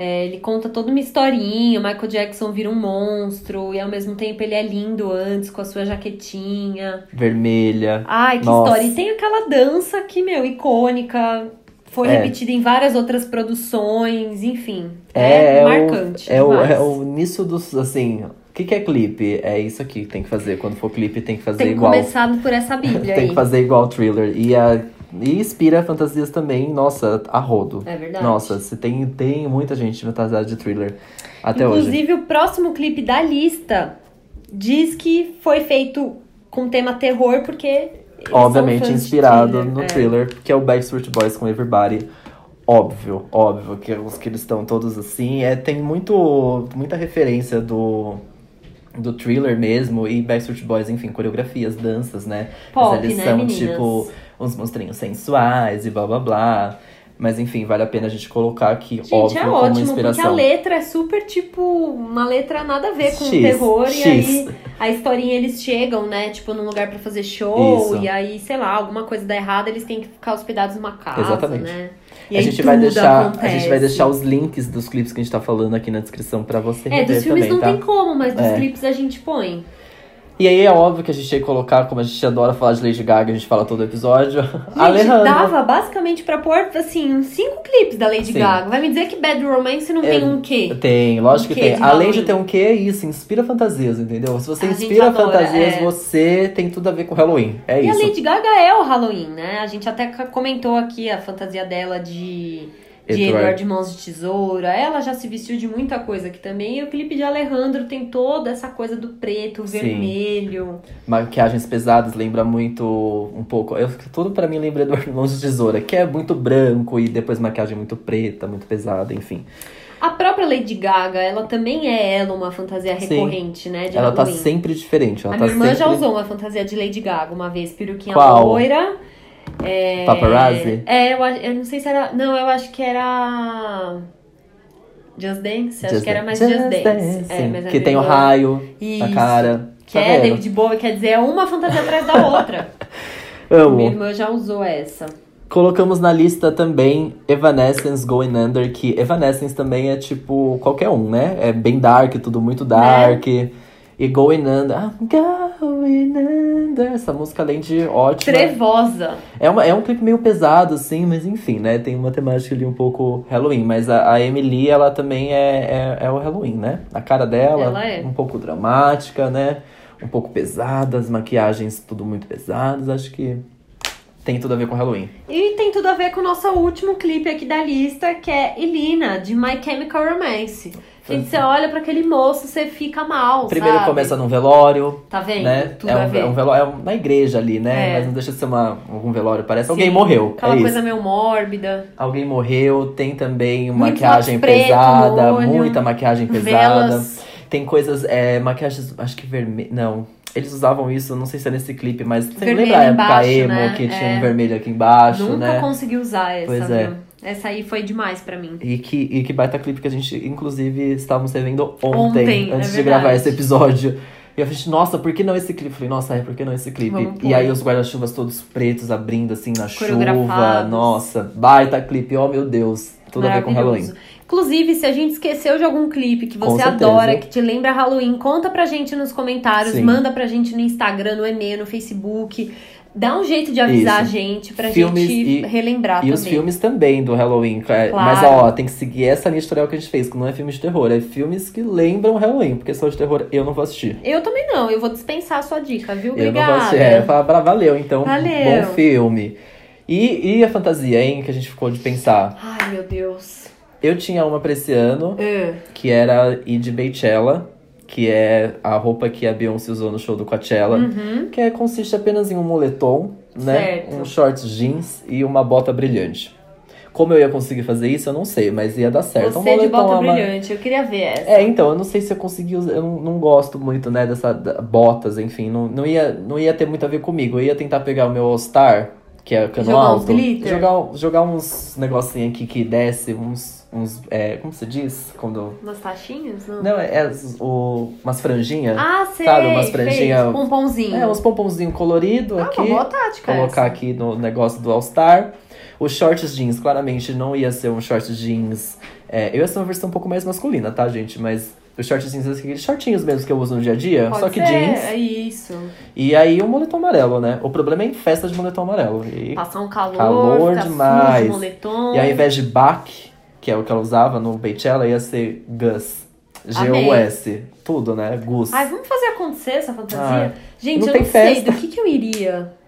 É, ele conta toda uma historinha, o Michael Jackson vira um monstro, e ao mesmo tempo ele é lindo antes, com a sua jaquetinha. Vermelha. Ai, que Nossa. história. E tem aquela dança que, meu, icônica, foi É. repetida em várias outras produções, enfim. É, é o- marcante. É o, demais. é o nisso dos, assim, o que, que é clipe? É isso aqui que tem que fazer. Quando for clipe, tem que fazer Tem igual. começado por essa bíblia Tem aí. que fazer igual o thriller. E, a, e inspira fantasias também, nossa, a rodo. É verdade. Nossa, se tem, tem muita gente fantasiada de thriller até hoje. Inclusive, o próximo clipe da lista diz que foi feito com tema terror, porque. eles Obviamente são fãs de inspirado thriller, no é. thriller, que é o Backstreet Boys com Everybody. Óbvio, óbvio, que os que eles estão todos assim. É, tem muito, muita referência do, do thriller mesmo. E Backstreet Boys, enfim, coreografias, danças, né? Pop, Mas eles né, são, meninas? tipo, uns monstrinhos sensuais e blá blá blá. Mas enfim, vale a pena a gente colocar aqui, Gente, óbvio, é como ótimo, porque a inspiração. letra é super tipo. Uma letra nada a ver com o X, terror. X. E aí a historinha eles chegam, né? Tipo, num lugar pra fazer show. Isso. E aí, sei lá, alguma coisa dá errada, eles têm que ficar hospedados numa casa, Exatamente. né? E a aí gente vai tudo deixar, a gente acontece. vai deixar os links dos clipes que a gente tá falando aqui na descrição pra você É, rever dos filmes também, não tá? tem como, mas dos É. clipes a gente põe. E aí é óbvio que a gente ia colocar, como a gente adora falar de Lady Gaga, a gente fala todo episódio. Gente, Alejandro. dava basicamente pra pôr, assim, cinco clipes da Lady Sim. É, Gaga. Vai me dizer que Bad Romance não tem um quê? Tem, lógico Um que quê tem. de Além de Halloween. ter um quê, isso, inspira fantasias, entendeu? Se você A gente inspira adora, fantasias, é. você tem tudo a ver com Halloween. É E a isso. Lady Gaga é o Halloween, né? A gente até c- comentou aqui a fantasia dela de, de Edward. Edward de Mãos de Tesoura. Ela já se vestiu de muita coisa aqui também. E o clipe de Alejandro tem toda essa coisa do preto, Sim. vermelho. Maquiagens pesadas lembra muito um pouco. Eu, tudo pra mim lembra Eduardo Mãos de Tesoura, que é muito branco e depois maquiagem muito preta, muito pesada, enfim. A própria Lady Gaga, ela também é ela uma fantasia Sim. recorrente, né? De ela tá Halloween. sempre diferente. Ela A tá minha irmã sempre... já usou uma fantasia de Lady Gaga uma vez, peruquinha Qual? loira. É... Paparazzi? É, eu, a- eu não sei se era. Não, eu acho que era. Just Dance? Acho Just que era mais Dance. Just, Just Dance. Dance, É, sim. mas a que minha tem o irmã- raio Isso. na cara. Que Tá é vendo? David Bowie, quer dizer, é uma fantasia atrás da outra. Minha Amo. irmã já usou essa. Colocamos na lista também Evanescence Going Under, que Evanescence também é tipo qualquer um, né? É bem dark, tudo muito Né? dark. E Going Under. I'm going under. Essa música, além de ótima. Trevosa. É, uma, é um clipe meio pesado, assim, mas enfim, né? Tem uma temática ali um pouco Halloween. Mas a, a Emily, ela também é, é, é o Halloween, né? A cara dela, Ela é. um pouco dramática, né? Um pouco pesada, as maquiagens tudo muito pesadas. Acho que tem tudo a ver com Halloween. E tem tudo a ver com o nosso último clipe aqui da lista, que é Elina, de My Chemical Romance. Gente, você olha pra aquele moço, você fica mal. Uhum. Primeiro sabe? começa num velório, Tá vendo? né? Tudo É a um, ver. é um velório, é um- na igreja ali, né? É. Mas não deixa de ser uma, algum velório, parece. Sim, Alguém morreu, Aquela é coisa isso. meio mórbida. Alguém morreu, tem também Muito maquiagem lápis preto no pesada, olho, muita maquiagem pesada. Velas. Tem coisas, é, maquiagens, acho que vermelho. Não. Eles usavam isso, não sei se é nesse clipe, mas você Vermelho lembra a época embaixo, emo né? que tinha É. um vermelho aqui embaixo, Nunca né? consegui usar essa, Pois viu? é. Essa aí foi demais pra mim. E que, e que baita clipe que a gente, inclusive, estávamos revendo ontem, Ontem, é antes de verdade. gravar esse episódio. E a gente, nossa, por que não esse clipe? Eu Falei, nossa, é, por que não esse clipe? Vamos pôr. E aí os guarda-chuvas todos pretos abrindo assim na chuva. Coreografados. Nossa, baita clipe, oh meu Deus. Tudo a ver com Halloween. Maravilhoso. Inclusive, se a gente esqueceu de algum clipe que Com você certeza. adora, que te lembra Halloween, conta pra gente nos comentários, Sim. manda pra gente no Instagram, no e-mail, no Facebook. Dá um jeito de avisar Isso. a gente pra Filmes gente e- relembrar E também. os filmes também do Halloween. é, Claro. Mas ó, tem que seguir essa linha editorial que a gente fez, que não é filme de terror, é filmes que lembram Halloween, porque só de terror eu não vou assistir. Eu também não, eu vou dispensar a sua dica, viu? Eu não vou Obrigada. assistir. É, fala, "Bra- valeu, então. Valeu. Bom filme. E, e a fantasia, hein, que a gente ficou de pensar. Ai, meu Deus. Eu tinha uma pra esse ano, É. que era a Id Beychella, que é a roupa que a Beyoncé usou no show do Coachella. Uhum. Que é- consiste apenas em um moletom, né? Certo. Um shorts jeans e uma bota brilhante. Como eu ia conseguir fazer isso, eu não sei, mas ia dar certo. um Você é moletom de bota ama- brilhante, eu queria ver essa. É, então, eu não sei se eu consegui usar. Eu não, não gosto muito, né, dessa da- botas, enfim. Não, não, ia, não ia ter muito a ver comigo. Eu ia tentar pegar o meu All-Star, que é cano Jogar uns alto. glitter? jogar, jogar uns negocinhos aqui que desce, uns. uns é, como se diz? Quando. Umas taxinhas? Não. Não, é, é o, umas franjinhas. Ah, sei. Sabe, umas fez, franjinhas- um pomponzinho. É, uns pomponzinhos coloridos ah, aqui uma boa tática colocar essa. aqui no negócio do All Star. Os shorts jeans, claramente não ia ser um short jeans. é, eu ia ser uma versão um pouco mais masculina, tá, gente? Mas os shorts jeans, assim, aqueles shortinhos mesmo que eu uso no dia a dia, Pode só que ser, jeans. É isso. E aí um moletom amarelo, né? O problema é em festa de moletom amarelo. E, Passar um calor, Calor ficar demais. sujo, moletom. e ao invés de Bach, que é o que ela usava no Beychella, ia ser Gus. G-U-S. Tudo, né? Gus. Ai, vamos fazer acontecer essa fantasia? Gente, Ah, não eu tem não festa. sei do que, que eu iria.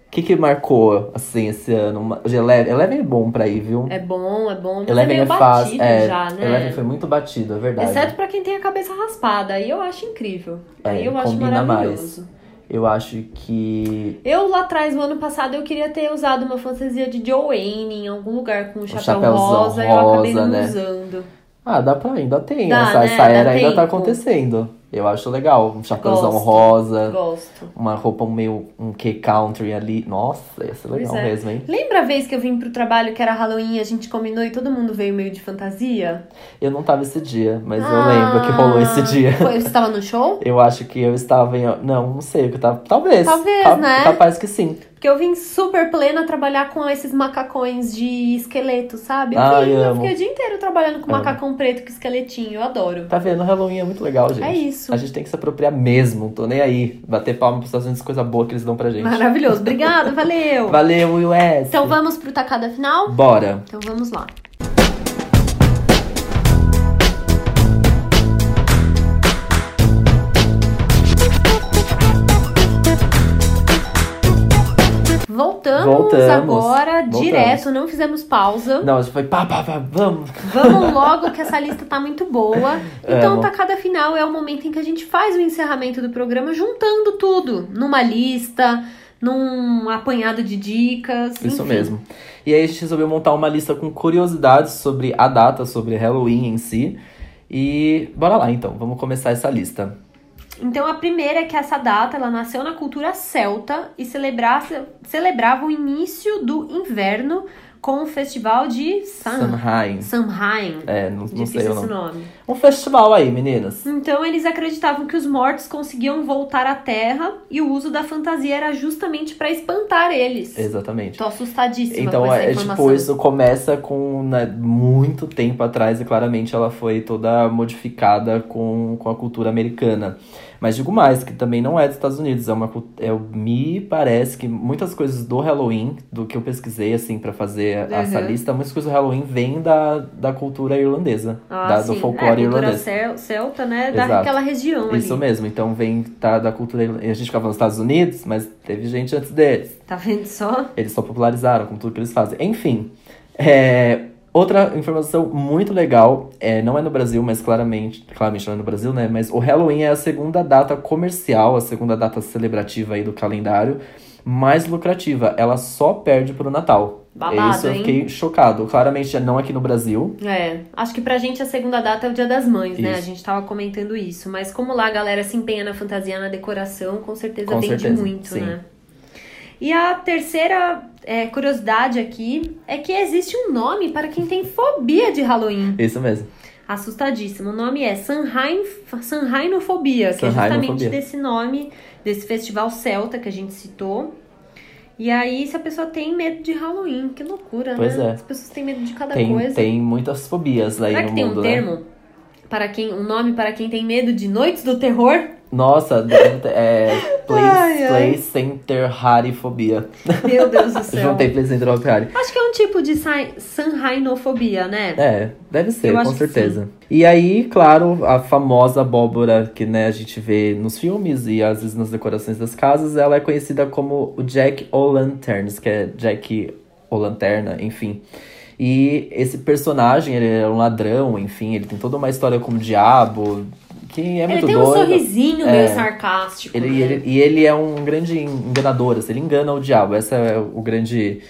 O que, que marcou, assim, esse ano? Uma- de Eleven. Eleven é bom pra ir, viu? É bom, é bom, mas Eleven é meio fácil. batido é, já, né? Eleven foi muito batido, é verdade. Exceto pra quem tem a cabeça raspada, aí eu acho incrível. É, aí eu acho combina maravilhoso. Eu acho que Eu lá atrás, no ano passado, eu queria ter usado uma fantasia de Joe Wayne em algum lugar com um chapéu chapéuzão rosa, e eu acabei rosa, não né? usando. Ah, dá pra ainda tem. Dá, essa né? essa era Dá ainda tempo. tá acontecendo. Eu acho legal. Um chapéuzão Gosto. rosa, Gosto. uma roupa meio um K-country ali. Nossa, ia ser Pois legal é. mesmo, hein? Lembra a vez que eu vim pro trabalho que era Halloween e a gente combinou e todo mundo veio meio de fantasia? Eu não tava esse dia, mas eu Ah, lembro que rolou esse dia. Foi, você tava no show? Eu acho que eu estava em. Não, não sei o que eu tava. Talvez. Tá, Talvez, né? Capaz que sim. Porque eu vim super plena trabalhar com esses macacões de esqueleto, sabe? Eu, Ah, fiquei, eu eu amo. fiquei o dia inteiro trabalhando com Amo. macacão preto com esqueletinho, eu adoro. Tá vendo? O Halloween é muito legal, gente. É isso. A gente tem que se apropriar mesmo. Tô nem aí. Bater palma pros Estados Unidos, é coisa boa que eles dão pra gente. Maravilhoso, obrigada, valeu! Valeu, US! Então vamos pro tacada final? Bora! Então vamos lá. Voltamos, Voltamos. agora Voltamos. direto, não fizemos pausa. Não, a gente foi pá, pá, pá, vamos! Vamos logo que essa lista tá muito boa. Então, Amo. o tacada final é o momento em que a gente faz o encerramento do programa juntando tudo numa lista, num apanhado de dicas. Isso enfim. mesmo. E aí a gente resolveu montar uma lista com curiosidades sobre a data, sobre Halloween em si. E bora lá então, vamos começar essa lista. Então a primeira é que essa data ela nasceu na cultura celta e celebrasse- celebrava o início do inverno com o festival de Sam, Samhain. Samhain. É, não, não sei Tá. Difícil o esse nome. nome. Um festival aí, meninas. Então eles acreditavam que os mortos conseguiam voltar à Terra e o uso da fantasia era justamente pra espantar eles. Exatamente. Tô assustadíssima Então, com essa é, informação. tipo, isso começa com né, muito tempo atrás e claramente ela foi toda modificada com, com a cultura americana. Mas digo mais, que também não é dos Estados Unidos, é uma cul- é, me parece que muitas coisas do Halloween, do que eu pesquisei assim pra fazer essa Uhum. lista, muitas coisas do Halloween vêm da, da cultura irlandesa, Ah, da- sim. do folclore é, cultura irlandês. cel- celta, né? Exato. Daquela região Isso ali. mesmo, então vem tá, da cultura irlandesa. A gente ficava nos Estados Unidos, mas teve gente antes deles. Tá vendo só? Eles só popularizaram com tudo que eles fazem. Enfim, é, outra informação muito legal, é, não é no Brasil, mas claramente, claramente não é no Brasil, né? Mas o Halloween é a segunda data comercial, a segunda data celebrativa aí do calendário mais lucrativa. Ela só perde pro Natal. é Babado, isso, eu hein? fiquei chocado. Claramente é não aqui no Brasil. É, acho que pra gente a segunda data é o Dia das Mães, né? Isso. A gente tava comentando isso, mas como lá a galera se empenha na fantasia, na decoração, com certeza Com vende certeza, muito, sim. né? E a terceira é, curiosidade aqui é que existe um nome para quem tem fobia de Halloween. Isso mesmo. Assustadíssimo. O nome é Sanhain, Sanhainofobia, que é justamente Sanhainofobia. desse nome, desse festival celta que a gente citou. E aí, se a pessoa tem medo de Halloween, que loucura, Pois né? é. As pessoas têm medo de cada Tem, coisa. tem muitas fobias aí Será que no tem mundo, um né? termo? Para quem, um nome para quem tem medo de noites do terror? Nossa, deve ter- é, place, Ai, ai. place Center Harifobia. Meu Deus do céu. Juntei Place Center Hari. Acho que é um tipo de sai- sanhainofobia, né? É, deve ser, Eu com acho que certeza. E aí, claro, a famosa abóbora que né, a gente vê nos filmes e às vezes nas decorações das casas, ela é conhecida como o Jack O'Lanterns, que é Jack O'Lanterna, enfim. E esse personagem, ele é um ladrão, enfim, ele tem toda uma história com o diabo, que é ele muito tem um doido. sorrisinho É. meio sarcástico. Ele, né? e ele, e ele é um grande enganador, assim, ele engana o diabo. Essa é o grande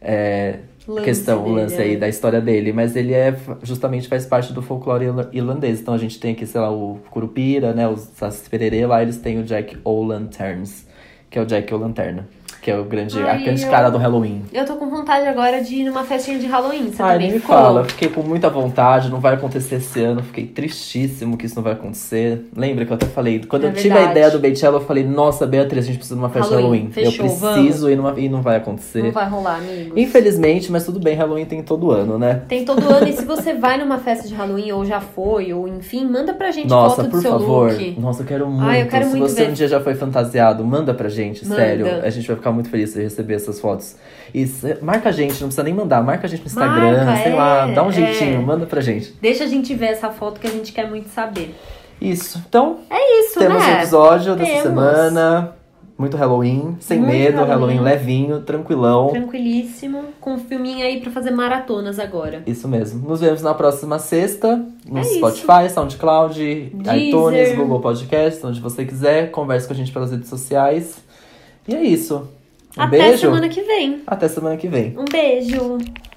é, Lance questão, o dele, lance aí é. da história dele. Mas ele é justamente faz parte do folclore irla- irlandês. Então a gente tem aqui, sei lá, o Curupira, né? Os Sassi Pererê, lá eles têm o Jack O'Lanterns, que é o Jack O'Lanterna. Que é o grande, a Ai, grande eu- cara do Halloween. Eu tô com vontade agora de ir numa festinha de Halloween, você tá Ai, também nem me ficou? fala. Fiquei com muita vontade, não vai acontecer esse ano. Fiquei tristíssimo que isso não vai acontecer. Lembra que eu até falei, quando É eu tive a verdade. ideia do Beitello, eu falei, nossa, Beatriz, a gente precisa de uma festa de Halloween. Halloween, fechou, eu preciso e não, e não vai acontecer. Não vai rolar, amigo. Infelizmente, mas tudo bem, Halloween tem todo ano, né? Tem todo ano, e se você vai numa festa de Halloween, ou já foi, ou enfim, manda pra gente Nossa, foto por do seu favor. look. Nossa, eu quero muito. Ai, eu quero Se muito você ver. um dia já foi fantasiado, manda pra gente, Manda. sério. A gente vai ficar muito feliz de receber essas fotos. E se- marca a gente, não precisa nem mandar. Marca a gente no Instagram, Marca, sei é, lá, dá um é. jeitinho, manda pra gente. Deixa a gente ver essa foto que a gente quer muito saber. Isso. Então, Isso, Temos um né? episódio dessa Temos. semana. Muito Halloween, sem Muito medo, Halloween. Halloween levinho, tranquilão. Tranquilíssimo, com um filminho aí pra fazer maratonas agora. Isso mesmo. Nos vemos na próxima sexta, no É isso. Spotify, SoundCloud, Deezer. iTunes, Google Podcast, onde você quiser. Converse com a gente pelas redes sociais. E é isso. Um Até beijo. semana que vem. Até semana que vem. Um beijo.